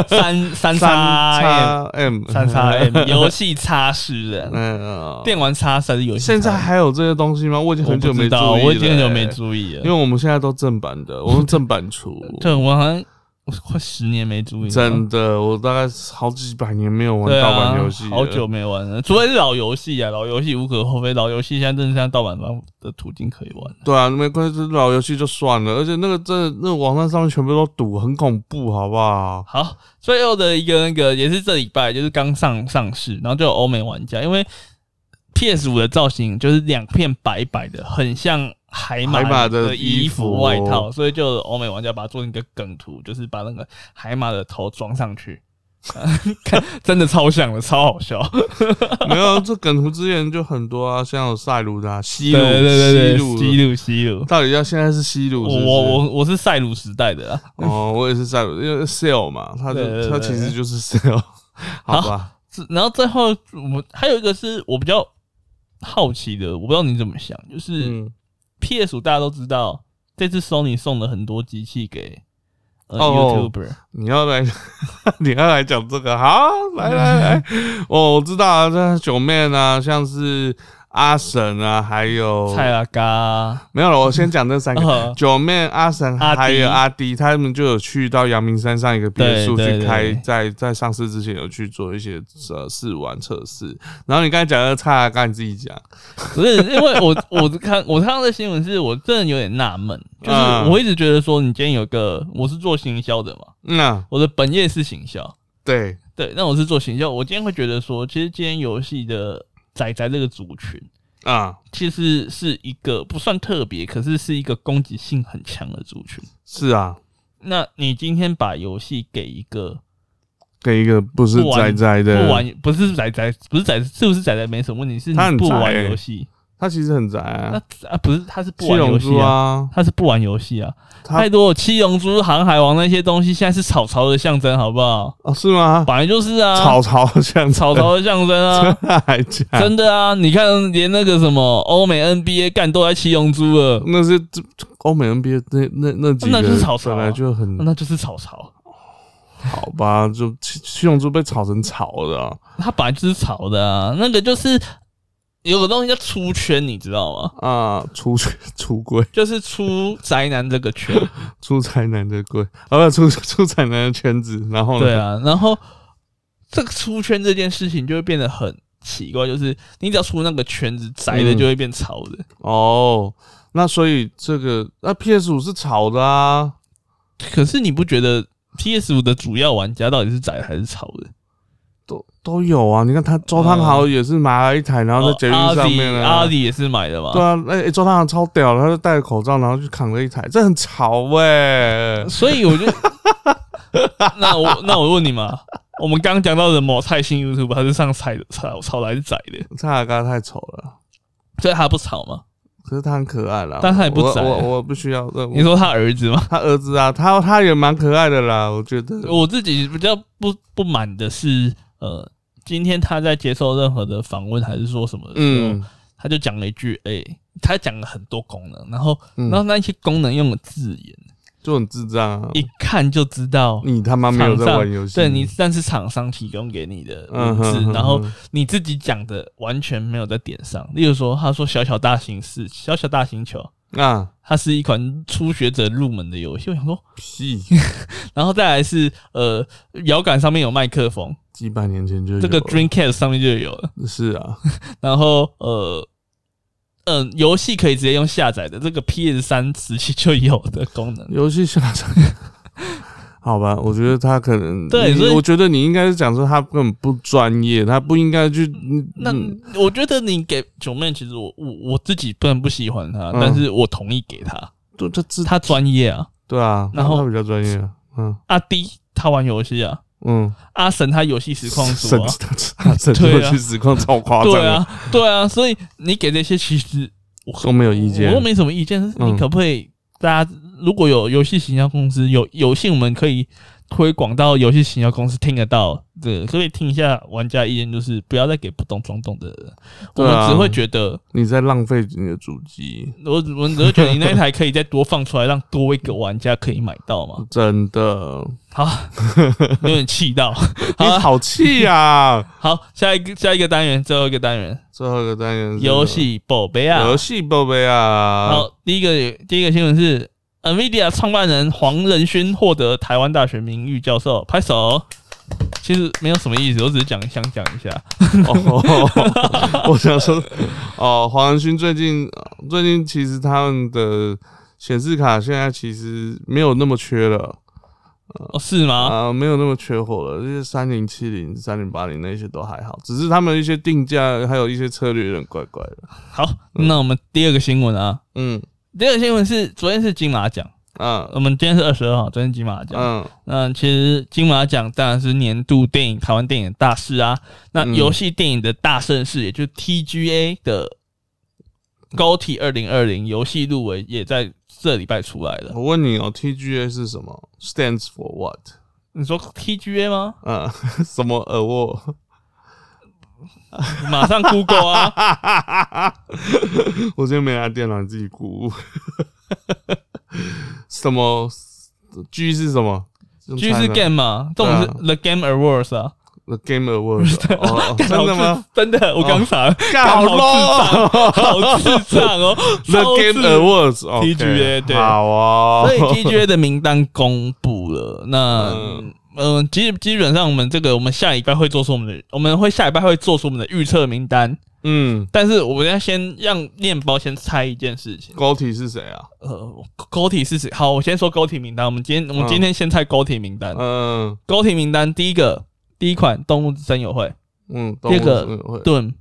Speaker 2: 三三
Speaker 1: 三
Speaker 2: 叉 M，
Speaker 1: 叉 M
Speaker 2: 三 (laughs) 叉 M 游戏叉
Speaker 1: (laughs)
Speaker 2: 式的
Speaker 1: 嗯嗯，嗯
Speaker 2: 电玩叉三游戏叉。
Speaker 1: 现在还有这些东西吗？我已经
Speaker 2: 我
Speaker 1: 很久
Speaker 2: 不
Speaker 1: 没
Speaker 2: 知
Speaker 1: 注意
Speaker 2: 道，
Speaker 1: 了、
Speaker 2: 我已经很久没
Speaker 1: 欸
Speaker 2: 注意了，
Speaker 1: 因为我们现在都正版的，我们正版出。
Speaker 2: 对，我好像我快十年没注意了，
Speaker 1: 真的，我大概好几百年没有玩
Speaker 2: 对
Speaker 1: 盗版游戏
Speaker 2: 啊，
Speaker 1: 了、
Speaker 2: 好久没玩了，除非是老游戏啊，老游戏无可厚非，老游戏现在真的像盗版版的途径可以玩。
Speaker 1: 对啊，没关系，老游戏就算了，而且那个真的，那个网站上面全部都赌，很恐怖，好不好？
Speaker 2: 好，最后的一个那个也是这礼拜就是刚上上市，然后就有欧美玩家，因为 PS 五的造型就是两片白白的，很像海马
Speaker 1: 海马的
Speaker 2: 的
Speaker 1: 衣
Speaker 2: 衣
Speaker 1: 服
Speaker 2: 服外套，所以就有欧美玩家把它做成一个梗图，就是把那个海马的头装上去。 (laughs) 看，真的超像的，超好
Speaker 1: (laughs)
Speaker 2: 笑。
Speaker 1: 没有，这梗图之前就很多啊，像有赛鲁的、啊、西
Speaker 2: 对
Speaker 1: 鲁、
Speaker 2: 对对对，
Speaker 1: 西鲁，
Speaker 2: 西鲁西鲁，
Speaker 1: 到底要现在是西鲁
Speaker 2: 我
Speaker 1: 是不是？
Speaker 2: 我我我是赛鲁时代的啦。
Speaker 1: 哦，我也是赛鲁，因为 sale 嘛，他就
Speaker 2: 对对对
Speaker 1: 他其实就是 sale，好吧？
Speaker 2: 是然后最后我还有一个是我比较好奇的，我不知道你怎么想，就是、
Speaker 1: 嗯，
Speaker 2: PS 五大家都知道，这次 Sony 送了很多机器给呃、
Speaker 1: 哦
Speaker 2: YouTuber，
Speaker 1: 你要来， (laughs) 你要来讲这个，好，来
Speaker 2: (laughs)
Speaker 1: 来来，哦，我知道啊，像九妹啊，像是阿神啊，还有
Speaker 2: 蔡阿嘎啊，
Speaker 1: 没有了，我先讲这三
Speaker 2: (laughs)
Speaker 1: 个。
Speaker 2: 呃
Speaker 1: 九妹、阿神
Speaker 2: 阿迪
Speaker 1: 还有阿迪，他们就有去到阳明山上一个别墅
Speaker 2: 对
Speaker 1: 去
Speaker 2: 对
Speaker 1: 开，
Speaker 2: 对
Speaker 1: 在在上市之前有去做一些呃试玩测试。然后你刚才讲的差，刚才你自己讲，
Speaker 2: 不是因
Speaker 1: (laughs)
Speaker 2: 为我我看我看到这新闻是我真的有点纳闷，就是
Speaker 1: 嗯
Speaker 2: 我一直觉得说你今天有个我是做行销的嘛，
Speaker 1: 嗯、啊，
Speaker 2: 我的本业是行销，
Speaker 1: 对，
Speaker 2: 对，那我是做行销，我今天会觉得说，其实今天游戏的仔仔这个族群。
Speaker 1: 啊，
Speaker 2: 其实是一个不算特别，可是是一个攻击性很强的族群。
Speaker 1: 是啊，
Speaker 2: 那你今天把游戏给一个
Speaker 1: 给一个不是
Speaker 2: 不
Speaker 1: 仔
Speaker 2: 玩
Speaker 1: 仔
Speaker 2: 不
Speaker 1: 的，
Speaker 2: 玩，不是仔仔，不是仔，是不是仔仔没什么问题，是
Speaker 1: 他
Speaker 2: 你
Speaker 1: 很
Speaker 2: 不
Speaker 1: 宅
Speaker 2: 玩
Speaker 1: 欸
Speaker 2: 游戏。
Speaker 1: 他其实很宅啊，
Speaker 2: 那啊，不是，他是不
Speaker 1: 七
Speaker 2: 玩游
Speaker 1: 龙珠
Speaker 2: 戏啊，
Speaker 1: 啊，
Speaker 2: 他是不玩游戏啊。
Speaker 1: 他
Speaker 2: 太多七龙珠、航海王那些东西，现在是草草的象征，好不好？
Speaker 1: 哦是吗？
Speaker 2: 本来就是啊，
Speaker 1: 草草像
Speaker 2: 草草的象征
Speaker 1: (laughs)
Speaker 2: 啊。
Speaker 1: 还假，
Speaker 2: 真的啊！你看，连那个什么欧美 NBA 干都在七龙珠了，
Speaker 1: 那是这欧美 NBA 那那那几个
Speaker 2: 那就是草草啊
Speaker 1: 本来就很
Speaker 2: 那就是草草，
Speaker 1: 好吧，就七七龙珠被炒成草的啊
Speaker 2: 它本来就是草的啊。那个就是有个东西叫出圈，你知道吗？
Speaker 1: 啊，出 (laughs) 出轨
Speaker 2: 就是出宅男这个圈。
Speaker 1: 出宅男的鬼啊，不出出宅男的圈子，然后呢？
Speaker 2: 对 (laughs) 啊，然后这个出圈这件事情就会变得很奇怪，就是你只要出那个圈子，宅的
Speaker 1: 嗯
Speaker 2: 就会变潮的。
Speaker 1: 哦，那所以这个那 PS 五是炒的啊，
Speaker 2: 可是你不觉得 PS 五的主要玩家到底是宅还是潮的？
Speaker 1: 都都有啊。你看他周汤豪也是买了一台，然后在捷运上面
Speaker 2: 哦
Speaker 1: 呢、
Speaker 2: 阿
Speaker 1: 啊
Speaker 2: 里阿。里也是买的嘛？
Speaker 1: 对啊，那、欸周汤豪超屌的，他就戴着口罩，然后去扛了一台，这很潮欸喂、
Speaker 2: 所以我就， (laughs) 那我那我问你嘛，我们刚刚讲到的某菜新 YouTube，他是上菜的炒炒来是窄的，
Speaker 1: 蔡雅刚太丑了，
Speaker 2: 所以他不炒嘛？
Speaker 1: 可是他很可爱啦。
Speaker 2: 但他也不宅
Speaker 1: 我我我不需要。呃
Speaker 2: 你
Speaker 1: 我
Speaker 2: 说他儿子吗？
Speaker 1: 他儿子啊，他他也蛮可爱的啦，我觉得。
Speaker 2: 我自己比较不不满的是，呃，今天他在接受任何的访问还是说什么的时候，
Speaker 1: 嗯
Speaker 2: 他就讲了一句，哎、他讲了很多功能，然后
Speaker 1: 嗯
Speaker 2: 然后那些功能用的字眼，
Speaker 1: 就很智障啊！
Speaker 2: 一看就知道。
Speaker 1: 你他妈没有在玩游戏，
Speaker 2: 对你，但是厂商提供给你的
Speaker 1: 嗯
Speaker 2: 文字，
Speaker 1: 哼
Speaker 2: 然后
Speaker 1: 哼
Speaker 2: 你自己讲的完全没有在点上。例如说，他说《小小大型事》《小小大星球》，
Speaker 1: 哼啊
Speaker 2: 它是一款初学者入门的游戏。我想说，
Speaker 1: 屁，
Speaker 2: 然后再来是呃，摇杆上面有麦克风，
Speaker 1: 几百年前就有
Speaker 2: 这个
Speaker 1: 了
Speaker 2: Dreamcast 上面就有了。
Speaker 1: 是啊，
Speaker 2: 然后呃。嗯，游戏可以直接用下载的，这个 PS 三时期就有的功能。
Speaker 1: 游戏下载。 (laughs) 好吧，我觉得他可能
Speaker 2: 对
Speaker 1: 你
Speaker 2: 所以
Speaker 1: 我觉得你应该是讲说他根本不专业，他不应该去。嗯
Speaker 2: 那
Speaker 1: 嗯
Speaker 2: 我觉得你给九妹，其实我我我自己不能不喜欢她，
Speaker 1: 嗯
Speaker 2: 但是我同意给她，
Speaker 1: 对，这这
Speaker 2: 她专业啊，
Speaker 1: 对啊，
Speaker 2: 然后
Speaker 1: 他比较专业啊，嗯
Speaker 2: 阿迪她玩游戏啊，
Speaker 1: 嗯，
Speaker 2: 阿神他游戏实况组
Speaker 1: 省
Speaker 2: 啊，
Speaker 1: (laughs) 他省
Speaker 2: 对啊
Speaker 1: 去实况超夸张
Speaker 2: 对
Speaker 1: 的，
Speaker 2: 啊，对啊，所以你给这些其实
Speaker 1: 都没有意见
Speaker 2: 我又。没什么意见，但是
Speaker 1: 嗯
Speaker 2: 你可不可以大家如果有游戏行销公司有有幸我们可以推广到游戏行销公司听得到的，可不可以听一下玩家意见，就是不要再给不懂装懂的人，我
Speaker 1: 对
Speaker 2: 们
Speaker 1: 啊
Speaker 2: 只会觉得
Speaker 1: 你在浪费你的主机，
Speaker 2: 我我们只会觉得你那一台可以再多放出来，让多一个玩家可以买到
Speaker 1: 嗯
Speaker 2: 嘛。
Speaker 1: 真的，
Speaker 2: 好，啊
Speaker 1: (laughs)
Speaker 2: 有点气到。好
Speaker 1: 你
Speaker 2: 啊
Speaker 1: 好气呀！
Speaker 2: 好，下一个下一个单元，最后一个单元，
Speaker 1: (laughs) 最后一个单元是
Speaker 2: 游戏宝贝啊，
Speaker 1: 游戏宝贝啊，
Speaker 2: 好，第一个第一个新闻是 NVIDIA 创办人黄仁勋获得台湾大学名誉教授，拍手。其实没有什么意思，我只是讲想讲一下。
Speaker 1: 哦， (laughs) 我想说，哦，黄仁勋最近最近其实他们的显示卡现在其实没有那么缺了
Speaker 2: 哦，是吗？
Speaker 1: 啊、没有那么缺货了。这些三零七零、三零八零那些都还好，只是他们一些定价还有一些策略有点怪怪的。
Speaker 2: 好，那我们第二个新闻啊，
Speaker 1: 嗯
Speaker 2: 第二个新闻是昨天是金马奖，
Speaker 1: 嗯
Speaker 2: 我们今天是二十二号，昨天金马奖。
Speaker 1: 嗯
Speaker 2: 那其实金马奖当然是年度电影台湾电影的大事啊。那
Speaker 1: 嗯
Speaker 2: 游戏电影的大盛事，也就是 TGA 的高体二零二零游戏入围，也在这礼拜出来了。
Speaker 1: 我问你哦，TGA 是什么？Stands for what？
Speaker 2: 你说 TGA 吗？
Speaker 1: 嗯， (laughs) 什么 award？
Speaker 2: 马上 Google 啊！
Speaker 1: (laughs) (laughs) 我今天没拿电脑，你自己估。 (laughs) 什么 G 是什么
Speaker 2: 居士 Game 嘛，这种是
Speaker 1: 对啊
Speaker 2: The Game Awards 啊，
Speaker 1: The Game
Speaker 2: (laughs)
Speaker 1: Award 哦，哦真的吗？？
Speaker 2: 真的，我刚查，
Speaker 1: 干好 low 哦
Speaker 2: 好智障哦
Speaker 1: (laughs) ！The
Speaker 2: 超
Speaker 1: Game
Speaker 2: 智
Speaker 1: Awards OK，
Speaker 2: TGA 对
Speaker 1: 好哦
Speaker 2: 所。以 TGA 的名单公布了，那
Speaker 1: 嗯
Speaker 2: 嗯，呃基基本上我们这个我们下礼拜会做出我们的，我们会下礼拜会做出我们的预测名单，
Speaker 1: (laughs) 嗯，
Speaker 2: 但是我们要先让面包先猜一件事情，
Speaker 1: 高体是谁啊？
Speaker 2: 呃，高体是谁？好，我先说高体名单，我们今天我们
Speaker 1: 嗯
Speaker 2: 今天先猜高体名单，
Speaker 1: 嗯
Speaker 2: 高体名单第一个第一款动物之森友会，
Speaker 1: 嗯，
Speaker 2: 第二个
Speaker 1: 动物会
Speaker 2: 盾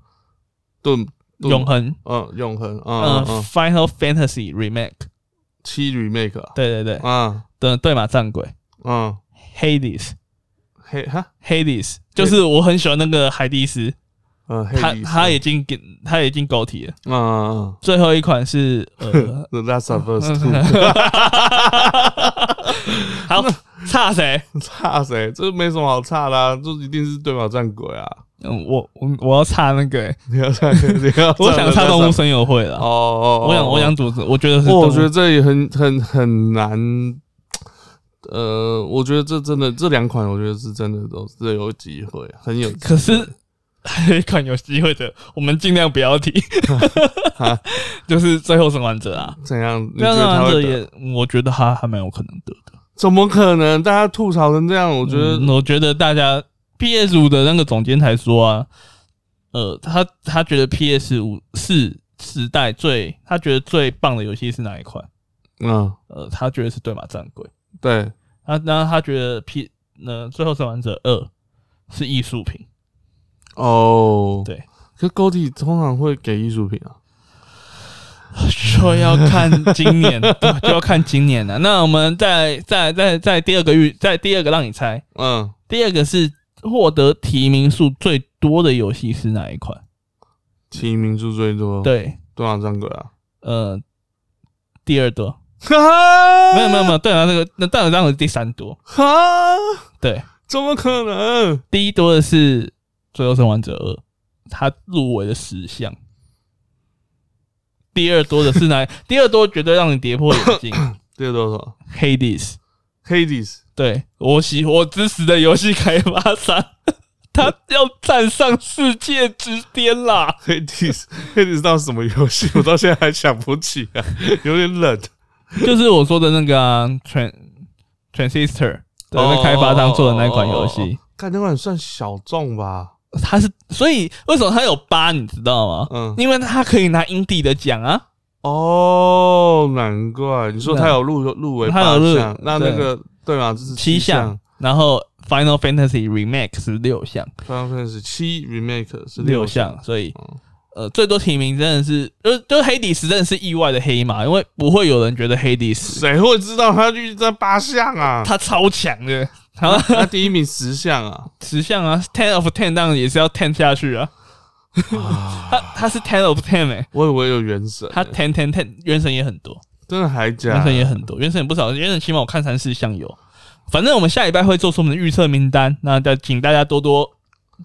Speaker 1: 盾盾
Speaker 2: 永恒，
Speaker 1: 嗯永恒嗯
Speaker 2: 嗯
Speaker 1: 嗯嗯
Speaker 2: ，Final Fantasy Remake，
Speaker 1: 七 remake 啊
Speaker 2: 对对对，
Speaker 1: 啊
Speaker 2: 的对马战鬼
Speaker 1: 嗯，
Speaker 2: Hades
Speaker 1: 黑哈，
Speaker 2: Hades，就是我很喜欢那个海迪斯，
Speaker 1: 呃，黑
Speaker 2: 他
Speaker 1: 历史
Speaker 2: 他已经给他已经狗体了。
Speaker 1: 嗯嗯
Speaker 2: 最后一款是呃
Speaker 1: (laughs)
Speaker 2: (laughs)
Speaker 1: 嗯，，The Last of Us Two，
Speaker 2: 嗯好差谁？
Speaker 1: (laughs) 差谁？这没什么好差的、啊，这一定是对马战鬼啊！
Speaker 2: 嗯，我我我要差那个、欸，
Speaker 1: 你要差， (laughs) 你要
Speaker 2: (laughs) 我想差动物森友会
Speaker 1: 哦
Speaker 2: 了。
Speaker 1: 哦，哦
Speaker 2: 我想我想，组织，我觉得是
Speaker 1: 哦
Speaker 2: 动物。
Speaker 1: 我觉得这也很很很难。呃，我觉得这真的这两款，我觉得是真的都是有机会，很有机会。
Speaker 2: 可是还有一款有机会的，我们尽量不
Speaker 1: (laughs)
Speaker 2: 要提， (laughs) 就是最后生还者啊。
Speaker 1: 怎样？你
Speaker 2: 最
Speaker 1: 觉
Speaker 2: 后
Speaker 1: 得
Speaker 2: 生
Speaker 1: 他
Speaker 2: 还
Speaker 1: 会
Speaker 2: 者
Speaker 1: 得？
Speaker 2: 也，我觉得他还蛮有可能得的。
Speaker 1: 怎么可能？大家吐槽成这样，我
Speaker 2: 我
Speaker 1: 觉得
Speaker 2: 我觉得大家 PS 五的那个总监才说啊，呃，他他觉得 PS 五是时代最，他觉得最棒的游戏是哪一款？
Speaker 1: 嗯，
Speaker 2: 呃，他觉得是《对马战鬼》
Speaker 1: 对，
Speaker 2: 啊，然后他觉得 P 呃《最后生还者二》是艺术品， (laughs)
Speaker 1: 哦，
Speaker 2: 对。
Speaker 1: 可高体通常会给艺术品啊，
Speaker 2: 说要看今年， (laughs) 对就要看今年了、啊那我们再再再再第二个预，再第二个让你猜，
Speaker 1: 嗯，
Speaker 2: 第二个是获得提名数最多的游戏是哪一款？
Speaker 1: 提名数最多，，
Speaker 2: 对，
Speaker 1: 多少战鬼啊？
Speaker 2: 呃，第二多，
Speaker 1: 没
Speaker 2: 没有没有没有，对啊，那个那当然当然是第三多，
Speaker 1: 哈，
Speaker 2: 对，
Speaker 1: 怎么可能？
Speaker 2: 第一多的是《最后生还者二》，它入围了十项。第二多的是哪？第二多绝对让你跌破眼镜
Speaker 1: 这个多少
Speaker 2: ，Hades。
Speaker 1: ？Hades，
Speaker 2: 对我喜我支持的游戏开发商， (laughs) 他要站上世界之巅啦！
Speaker 1: (laughs) Hades，Hades 到底是什么游
Speaker 2: (laughs)
Speaker 1: 戏？我到现在还想不起来，有点冷。
Speaker 2: 就是我说的那个、啊、Tran Transistor 的那开发商做的那款游戏，
Speaker 1: 看那款算小众吧？
Speaker 2: 它是所以为什么它有八，你知道吗？
Speaker 1: 嗯，
Speaker 2: 因为它可以拿 indie 的奖啊，
Speaker 1: 哦，难怪你说他有入入围
Speaker 2: 啊他有入
Speaker 1: 八项，那那个对嘛？这是
Speaker 2: 七项
Speaker 1: 项，
Speaker 2: 然后 Final Fantasy Remake 是六项，
Speaker 1: Final Fantasy 七 Remake 是
Speaker 2: 六
Speaker 1: 六
Speaker 2: 项，所以
Speaker 1: 嗯
Speaker 2: 呃最多提名真的是就就黑迪斯真的是意外的黑马，因为不会有人觉得黑迪斯
Speaker 1: 谁会知道他就在八项啊？
Speaker 2: 他超强的，然后。
Speaker 1: 他第一名十项啊！
Speaker 2: 十项啊，ten of ten 当然也是要 ten 下去啊。他他是 ten of ten 哎、
Speaker 1: 我以为有原神欸，
Speaker 2: 他 ten ten ten 原神也很多，
Speaker 1: 真的还
Speaker 2: 原
Speaker 1: 假
Speaker 2: 神？也很多，原神也不少，原神起码我看三四项有。反正我们下礼拜会做出我们的预测名单，那再请大家多多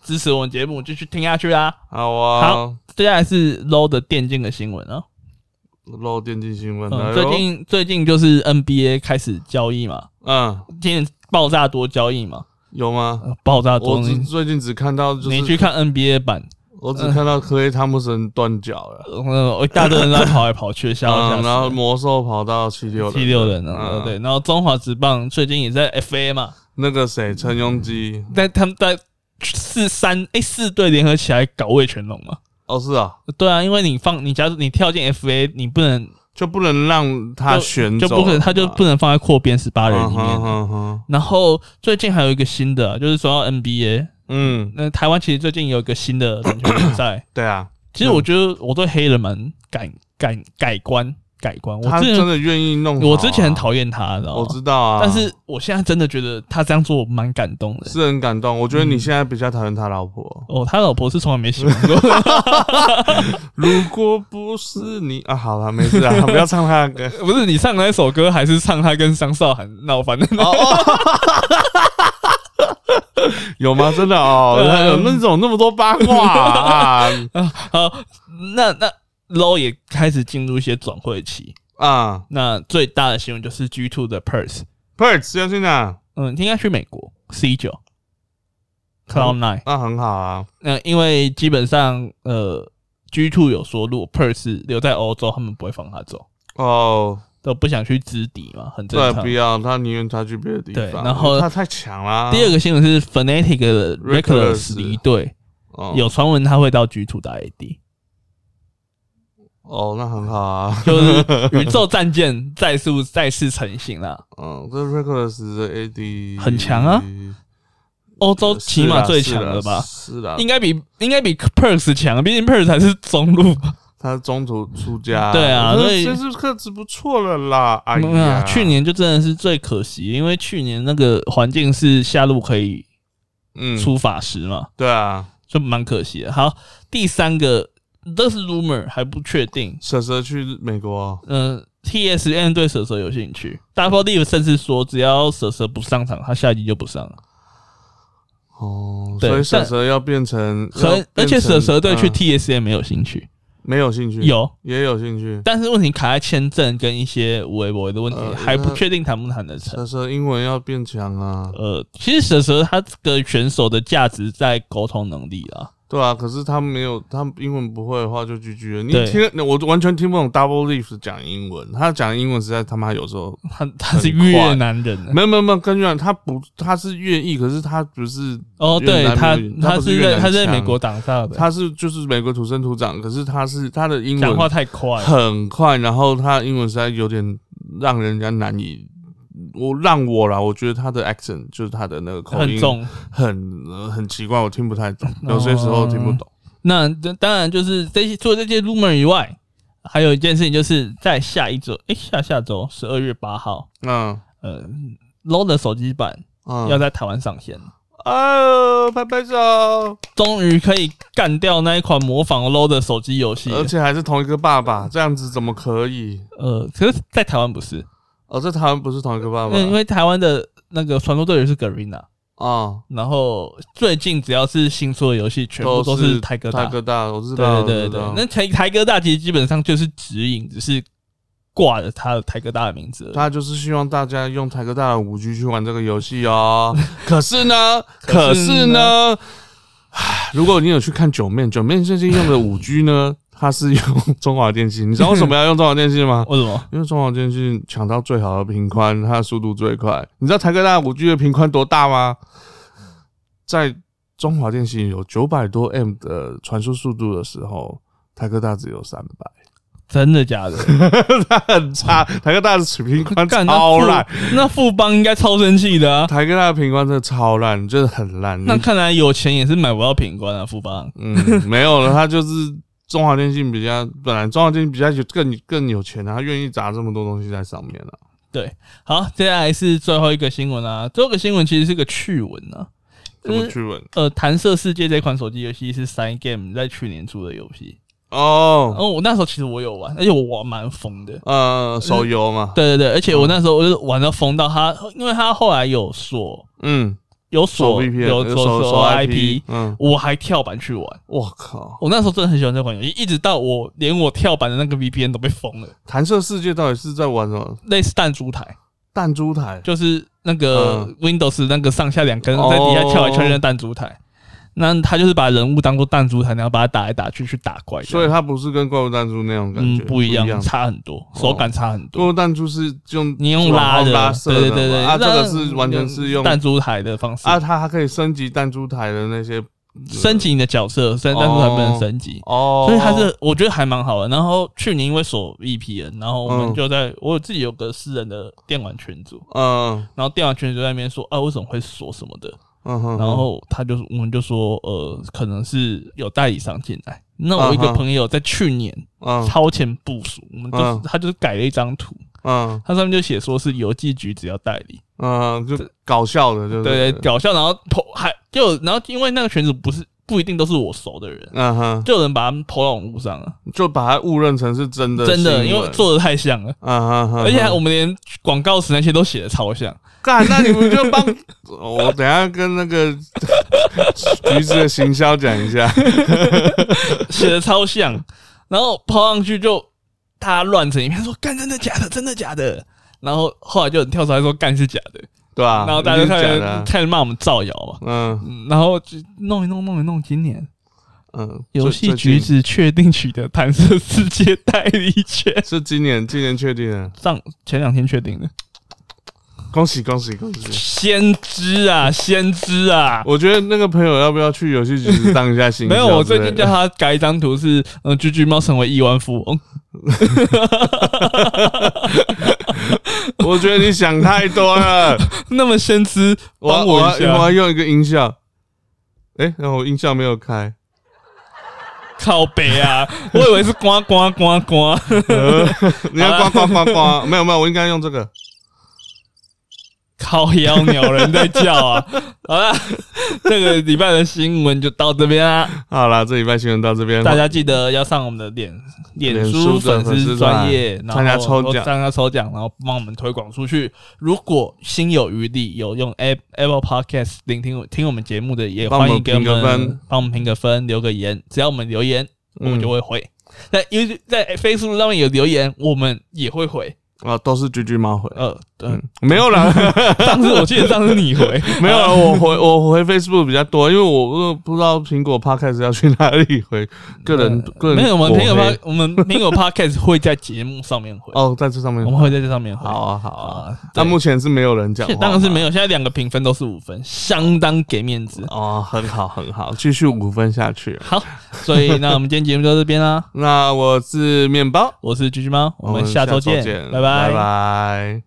Speaker 2: 支持我们节目，继续听下去啦。
Speaker 1: 好啊
Speaker 2: 好，接下来是 low 的电竞的新闻啊，
Speaker 1: 漏电竞新闻，哎
Speaker 2: 嗯，
Speaker 1: 呦
Speaker 2: 最近最近就是 NBA 开始交易嘛，
Speaker 1: 嗯
Speaker 2: 今年爆炸多交易嘛，
Speaker 1: 有吗？
Speaker 2: 呃爆炸
Speaker 1: 嗯
Speaker 2: 多
Speaker 1: 我只
Speaker 2: 你
Speaker 1: 最近只看到就
Speaker 2: 你
Speaker 1: 是，
Speaker 2: 去看 NBA 版，
Speaker 1: 我只看到克雷汤普森断脚了，
Speaker 2: 呃，一大堆人在跑来跑去，吓我吓
Speaker 1: 嗯，
Speaker 2: 死
Speaker 1: 然后
Speaker 2: 了。
Speaker 1: 魔兽跑到七六
Speaker 2: 七六人啊，
Speaker 1: 嗯
Speaker 2: 对，然后中华职棒最近也在 FA 嘛，
Speaker 1: 那个谁陈庸基，
Speaker 2: 但他们在四三哎四队联合起来搞魏全龙嘛，
Speaker 1: 哦是啊，
Speaker 2: 对啊，因为你放你假如你跳进 FA，你不能
Speaker 1: 就不能让他
Speaker 2: 就
Speaker 1: 选
Speaker 2: 就
Speaker 1: 走嗯
Speaker 2: 不可能，他就不能放在扩编十八
Speaker 1: 打
Speaker 2: 人里面。然后最近还有一个新的啊、就是说到 NBA，
Speaker 1: 嗯，
Speaker 2: 那台湾其实最近有一个新的篮球
Speaker 1: (coughs)，
Speaker 2: 比赛
Speaker 1: 对啊，
Speaker 2: 其实我觉得我对黑人蛮改改改观改观，我
Speaker 1: 他
Speaker 2: 之
Speaker 1: 真
Speaker 2: 前
Speaker 1: 的愿意弄好啊，
Speaker 2: 我之前很讨厌他，你知道吗
Speaker 1: 我？知道啊，
Speaker 2: 但是我现在真的觉得他这样做我蛮感动的。
Speaker 1: 是很感动。我觉
Speaker 2: 嗯
Speaker 1: 得你现在比较讨厌他老婆。
Speaker 2: 哦，他老婆是从来没喜欢
Speaker 1: (laughs)
Speaker 2: 过，
Speaker 1: 如果不是你啊，好了，没事
Speaker 2: (laughs)
Speaker 1: 啊，不要唱他的歌。
Speaker 2: 呃不是你唱那首歌，还是唱他跟张韶涵闹翻的那？
Speaker 1: (laughs) 有吗？真的哦，
Speaker 2: 对啊
Speaker 1: 那有那种那么多八卦
Speaker 2: (laughs)
Speaker 1: 啊
Speaker 2: (laughs) 好，那那 Low 也开始进入一些转会期。
Speaker 1: 啊
Speaker 2: 那最大的新闻就是 G Two 的 Purse，
Speaker 1: ！Perch 要去哪？
Speaker 2: 嗯，应该去美国 C 九 Cloud Nine。
Speaker 1: 那很好啊，
Speaker 2: 那、因为基本上呃 G Two 有说，如果 Purse 留在欧洲，他们不会放他走，
Speaker 1: 哦，
Speaker 2: 都不想去知敌嘛，很正
Speaker 1: 对，
Speaker 2: 常
Speaker 1: 不。要，他宁愿他去别的地
Speaker 2: 对
Speaker 1: 方。
Speaker 2: 然后
Speaker 1: 他太强啦。
Speaker 2: 第二个新闻是 Fnatic 的
Speaker 1: Reckless
Speaker 2: Reckless 离队，
Speaker 1: 哦
Speaker 2: 有传闻他会到 G Two 打 AD，
Speaker 1: 哦，那很好啊。 (laughs)
Speaker 2: 就是宇宙战舰再次再次成型
Speaker 1: (laughs)
Speaker 2: 了。
Speaker 1: 嗯，这 Reckless 的 AD
Speaker 2: 很强啊，
Speaker 1: 啊
Speaker 2: 欧洲起码最强了吧？
Speaker 1: 是啦，是啦啊
Speaker 2: 应该比应该比 Perks 强，毕竟 Perks 才是中路。
Speaker 1: 他中途出家，
Speaker 2: 对啊
Speaker 1: 我说
Speaker 2: 所以
Speaker 1: 这次克制不错了啦，
Speaker 2: (laughs)
Speaker 1: 哎
Speaker 2: 没有啊
Speaker 1: 呀，
Speaker 2: 去年就真的是最可惜，因为去年那个环境是下路可以
Speaker 1: 嗯，
Speaker 2: 出法师嘛，
Speaker 1: 对啊，
Speaker 2: 就蛮可惜的。好，第三个这是 rumor 还不确定，
Speaker 1: 蛇蛇去美国，
Speaker 2: 嗯、t s n 对蛇蛇有兴趣，Double Live 甚至说只要蛇蛇不上场，他下一季就不上了。
Speaker 1: 哦，
Speaker 2: 对
Speaker 1: 所以蛇蛇要变成，要
Speaker 2: 可
Speaker 1: 变
Speaker 2: 而且蛇蛇队去
Speaker 1: 嗯
Speaker 2: TSM 没有兴趣，
Speaker 1: 没有兴趣，
Speaker 2: 有，
Speaker 1: 也有兴趣。
Speaker 2: 但是问题卡在签证跟一些无为博的问题，
Speaker 1: 呃
Speaker 2: 还不
Speaker 1: 那
Speaker 2: 确定谈不谈得成。
Speaker 1: 蛇蛇英文要变强啊，
Speaker 2: 呃，其实蛇蛇他这个选手的价值在沟通能力啊，
Speaker 1: 对啊，可是他没有，他英文不会的话就 GG 了。你
Speaker 2: 对
Speaker 1: 听，我完全听不懂 Double Leaf 讲英文，他讲英文实在他妈有时候
Speaker 2: 他他是
Speaker 1: 很快
Speaker 2: 越南人啊
Speaker 1: 没有没有没有，跟越南他不他是越裔，可是他不是
Speaker 2: 哦，对
Speaker 1: 越南
Speaker 2: 他
Speaker 1: 人
Speaker 2: 他
Speaker 1: 不是
Speaker 2: 是
Speaker 1: 越
Speaker 2: 在
Speaker 1: 南
Speaker 2: 他是在
Speaker 1: 腔
Speaker 2: 美国长大的，
Speaker 1: 他是就是美国土生土长，可是他是他的英
Speaker 2: 讲话
Speaker 1: 文
Speaker 2: 太快了，
Speaker 1: 很快，然后他的英文实在有点让人家难以。我让我啦，我觉得他的 accent 就是他的那个口
Speaker 2: 很
Speaker 1: 音
Speaker 2: 重。哦
Speaker 1: 很呃很奇怪，我听不太懂，有些时候听不懂。
Speaker 2: 那这当然就是这些除了这些 rumor 以外，还有一件事情就是在下一周，诶，下下周十二月八号，
Speaker 1: 嗯
Speaker 2: 呃，LO 的手机版
Speaker 1: 嗯，
Speaker 2: 要在台湾上线了。
Speaker 1: 哦，拍拍手，
Speaker 2: 终于可以干掉那一款模仿 LO 的手机游戏了。
Speaker 1: 而且还是同一个爸爸，这样子怎么可以？
Speaker 2: 呃，可是在台湾不是，
Speaker 1: 哦，这台湾不是同一个爸爸
Speaker 2: 嗯因为台湾的那个传说队友是 Garena，
Speaker 1: 啊，
Speaker 2: 然后最近只要是新出的游戏，全部都
Speaker 1: 是
Speaker 2: 台哥大。
Speaker 1: 大哥大，我知道，
Speaker 2: 对对对
Speaker 1: 我知
Speaker 2: 对
Speaker 1: 道，
Speaker 2: 那台台哥大其实基本上就是指引，只是挂了他的台哥大的名字而已。
Speaker 1: 他就是希望大家用台哥大的五 G 去玩这个游戏 (laughs) 哦。可是呢，可是呢，唉如果你有去看九面，九面最近用的五 G (laughs) 呢，它是用中华电信。你知道为什么要用中华电信 (laughs) 吗？
Speaker 2: 为什么？
Speaker 1: 因为中华电信抢到最好的频宽，它的速度最快。你知道台哥大五 G 的频宽多大吗？在中华电信有九百多 M 的传输速度的时候，台哥大只有三百。 (laughs)
Speaker 2: 真的假的？
Speaker 1: 他很差，台哥大的水平观
Speaker 2: 干那
Speaker 1: 超
Speaker 2: 富
Speaker 1: 烂，
Speaker 2: 那富邦应该超生气的啊！
Speaker 1: 台哥大的平观真的超烂，就是很烂。
Speaker 2: 那看来有钱也是买不到品冠啊，富邦。
Speaker 1: 嗯，没有了，他就是中华电信比较，本来中华电信比较有更更有钱啊，他愿意砸这么多东西在上面啊了、
Speaker 2: 好，接下来是最后一个新闻啊。最后一个新闻其实是个趣闻啊，
Speaker 1: 怎么去问？
Speaker 2: 呃，《弹射世界》这款手机游戏是 Sign Game 在去年出的游戏，然
Speaker 1: 哦，
Speaker 2: 后我那时候其实我有玩，而且我玩蛮疯的。
Speaker 1: 呃，手游嘛，
Speaker 2: 对对对，而且我那时候我就玩到疯到他，因为他后来有锁
Speaker 1: 嗯，
Speaker 2: 有
Speaker 1: 手
Speaker 2: 锁
Speaker 1: VPN，
Speaker 2: 有
Speaker 1: 手
Speaker 2: 锁
Speaker 1: 手
Speaker 2: 锁
Speaker 1: IP，
Speaker 2: IP，
Speaker 1: 嗯，
Speaker 2: 我还跳板去玩。
Speaker 1: 我靠，
Speaker 2: 我那时候真的很喜欢这款游戏，一直到我连我跳板的那个 VPN 都被封了，
Speaker 1: 弹射世界到底是在玩什么？
Speaker 2: 类似弹珠台，
Speaker 1: 弹珠台，
Speaker 2: 就是那个
Speaker 1: 嗯
Speaker 2: Windows 那个上下两根
Speaker 1: 哦
Speaker 2: 在底下跳来跳去的弹珠台。那他就是把人物当做弹珠台，然后把它打来打去去打怪这样。
Speaker 1: 所以它不是跟怪物弹珠那种感
Speaker 2: 嗯
Speaker 1: 觉，，
Speaker 2: 不一样，差很多，
Speaker 1: 哦
Speaker 2: 手感差很
Speaker 1: 多
Speaker 2: 多。
Speaker 1: 弹珠是用
Speaker 2: 你用拉的，
Speaker 1: 往后拉射
Speaker 2: 对对
Speaker 1: 的
Speaker 2: 对对，
Speaker 1: 嘛啊，这
Speaker 2: 那
Speaker 1: 个是完全是用
Speaker 2: 弹珠台的方式
Speaker 1: 啊，它还可以升级弹珠台的那些
Speaker 2: 升级你的角色，虽然弹珠台不能升级，
Speaker 1: 哦，
Speaker 2: 所以它是我觉得还蛮好的。然后去年因为锁 VPN，然后我们
Speaker 1: 嗯
Speaker 2: 就在我自己有个私人的电玩群组，
Speaker 1: 嗯
Speaker 2: 然后电玩群组在那边说啊为什么会锁什么的，
Speaker 1: 嗯哼，
Speaker 2: 然后他就我们就说呃可能是有代理商进来。那我一个
Speaker 1: 嗯哼
Speaker 2: 朋友在去年
Speaker 1: 嗯
Speaker 2: 超前部署，我们就是
Speaker 1: 嗯
Speaker 2: 他就是改了一张图，
Speaker 1: 嗯
Speaker 2: 它上面就写说是邮寄局只要代理，
Speaker 1: 嗯，就搞笑的，就是
Speaker 2: 对，搞笑，然后投还就然后因为那个群主不是不一定都是我熟的人，
Speaker 1: 嗯哼，
Speaker 2: 就有人把他们投到网络上了，
Speaker 1: 就把它误认成是真的
Speaker 2: 真的，
Speaker 1: 新闻
Speaker 2: 因为做的太像了，
Speaker 1: 嗯哼哼，
Speaker 2: 而且还
Speaker 1: 哼
Speaker 2: 我们连广告词那些都写的超像，
Speaker 1: 干，那你们就帮 (laughs) 我等一下跟那个橘子的行销讲一下，
Speaker 2: 写的超像，然后抛上去就他乱成一片，说干真的假的，真的假的，然后后来就有人跳出来说干是假的，
Speaker 1: 对吧？
Speaker 2: 然后大家就
Speaker 1: 一定
Speaker 2: 开
Speaker 1: 是假
Speaker 2: 始
Speaker 1: 的啊，
Speaker 2: 开始骂我们造谣嘛。
Speaker 1: 嗯
Speaker 2: 嗯然后就弄一弄，弄一弄，今年
Speaker 1: 嗯，
Speaker 2: 游
Speaker 1: 最
Speaker 2: 戏
Speaker 1: 最近
Speaker 2: 橘子确定取得弹射世界代理权。
Speaker 1: 是今年今年确定的，
Speaker 2: 上前两天确定的。
Speaker 1: 恭喜恭喜恭喜！
Speaker 2: 先知啊，先知啊！
Speaker 1: 我觉得那个朋友要不要去游戏局子当一下行销之类
Speaker 2: 没有，
Speaker 1: 的？
Speaker 2: 我最近叫他改一张图是，嗯，居居猫成为亿万富翁。 (laughs)
Speaker 1: 我觉得你想太多了。
Speaker 2: 那么先知
Speaker 1: 我
Speaker 2: 帮我一
Speaker 1: 要我
Speaker 2: 下，
Speaker 1: 哦要用一个音效。哎、然后我音效没有开，
Speaker 2: 靠北啊！我以为是呱呱呱呱，
Speaker 1: 呃 (laughs) 你要呱呱呱呱，没有没有，我应该用这个。
Speaker 2: 靠腰鸟人在叫啊！ (laughs) 好了，这个礼拜的新闻就到这边啦、
Speaker 1: 好啦，这礼拜新闻到这边，
Speaker 2: 大家记得要上我们的脸脸书
Speaker 1: 嗯脸书的
Speaker 2: 粉
Speaker 1: 粉丝
Speaker 2: 丝专业，然后
Speaker 1: 参加抽奖
Speaker 2: 参加抽奖，然后帮我们推广出去。如果心有余力，有用 App- Apple Podcast 聆听听我们节目的，也
Speaker 1: 帮我
Speaker 2: 欢
Speaker 1: 们
Speaker 2: 迎给我
Speaker 1: 评个
Speaker 2: 们
Speaker 1: 分嗯
Speaker 2: 帮我们评个分，留个言。只要我们留言，我们就会回。在 YouTube 在 Facebook 上面有留言，我们也会回。
Speaker 1: 啊，都是橘橘猫回，
Speaker 2: 呃，对
Speaker 1: 嗯，，没有啦， (laughs)
Speaker 2: 上次我记得上次你回，
Speaker 1: 没有啦，啊我回我回 Facebook 比较多，因为我我不知道苹果 Podcast 要去哪里
Speaker 2: (laughs)
Speaker 1: 回，个人个人
Speaker 2: 呃没有，我们
Speaker 1: 国
Speaker 2: 苹果
Speaker 1: 黑
Speaker 2: p 我们苹果 podcast 会在节目上面回，
Speaker 1: 哦，在这上面
Speaker 2: 我们会在这上面回。
Speaker 1: 好啊好啊，
Speaker 2: 啊，
Speaker 1: 那
Speaker 2: 对
Speaker 1: 目前是没有人讲话嘛，
Speaker 2: 当然是没有，现在两个评分都是五分，相当给面子。
Speaker 1: 哦，很好很好，继续五分下去。
Speaker 2: 好，所以那我们今天节目就到这边啦。
Speaker 1: 那我是面包，
Speaker 2: 哦我是橘橘猫，我们下周见，
Speaker 1: 拜拜。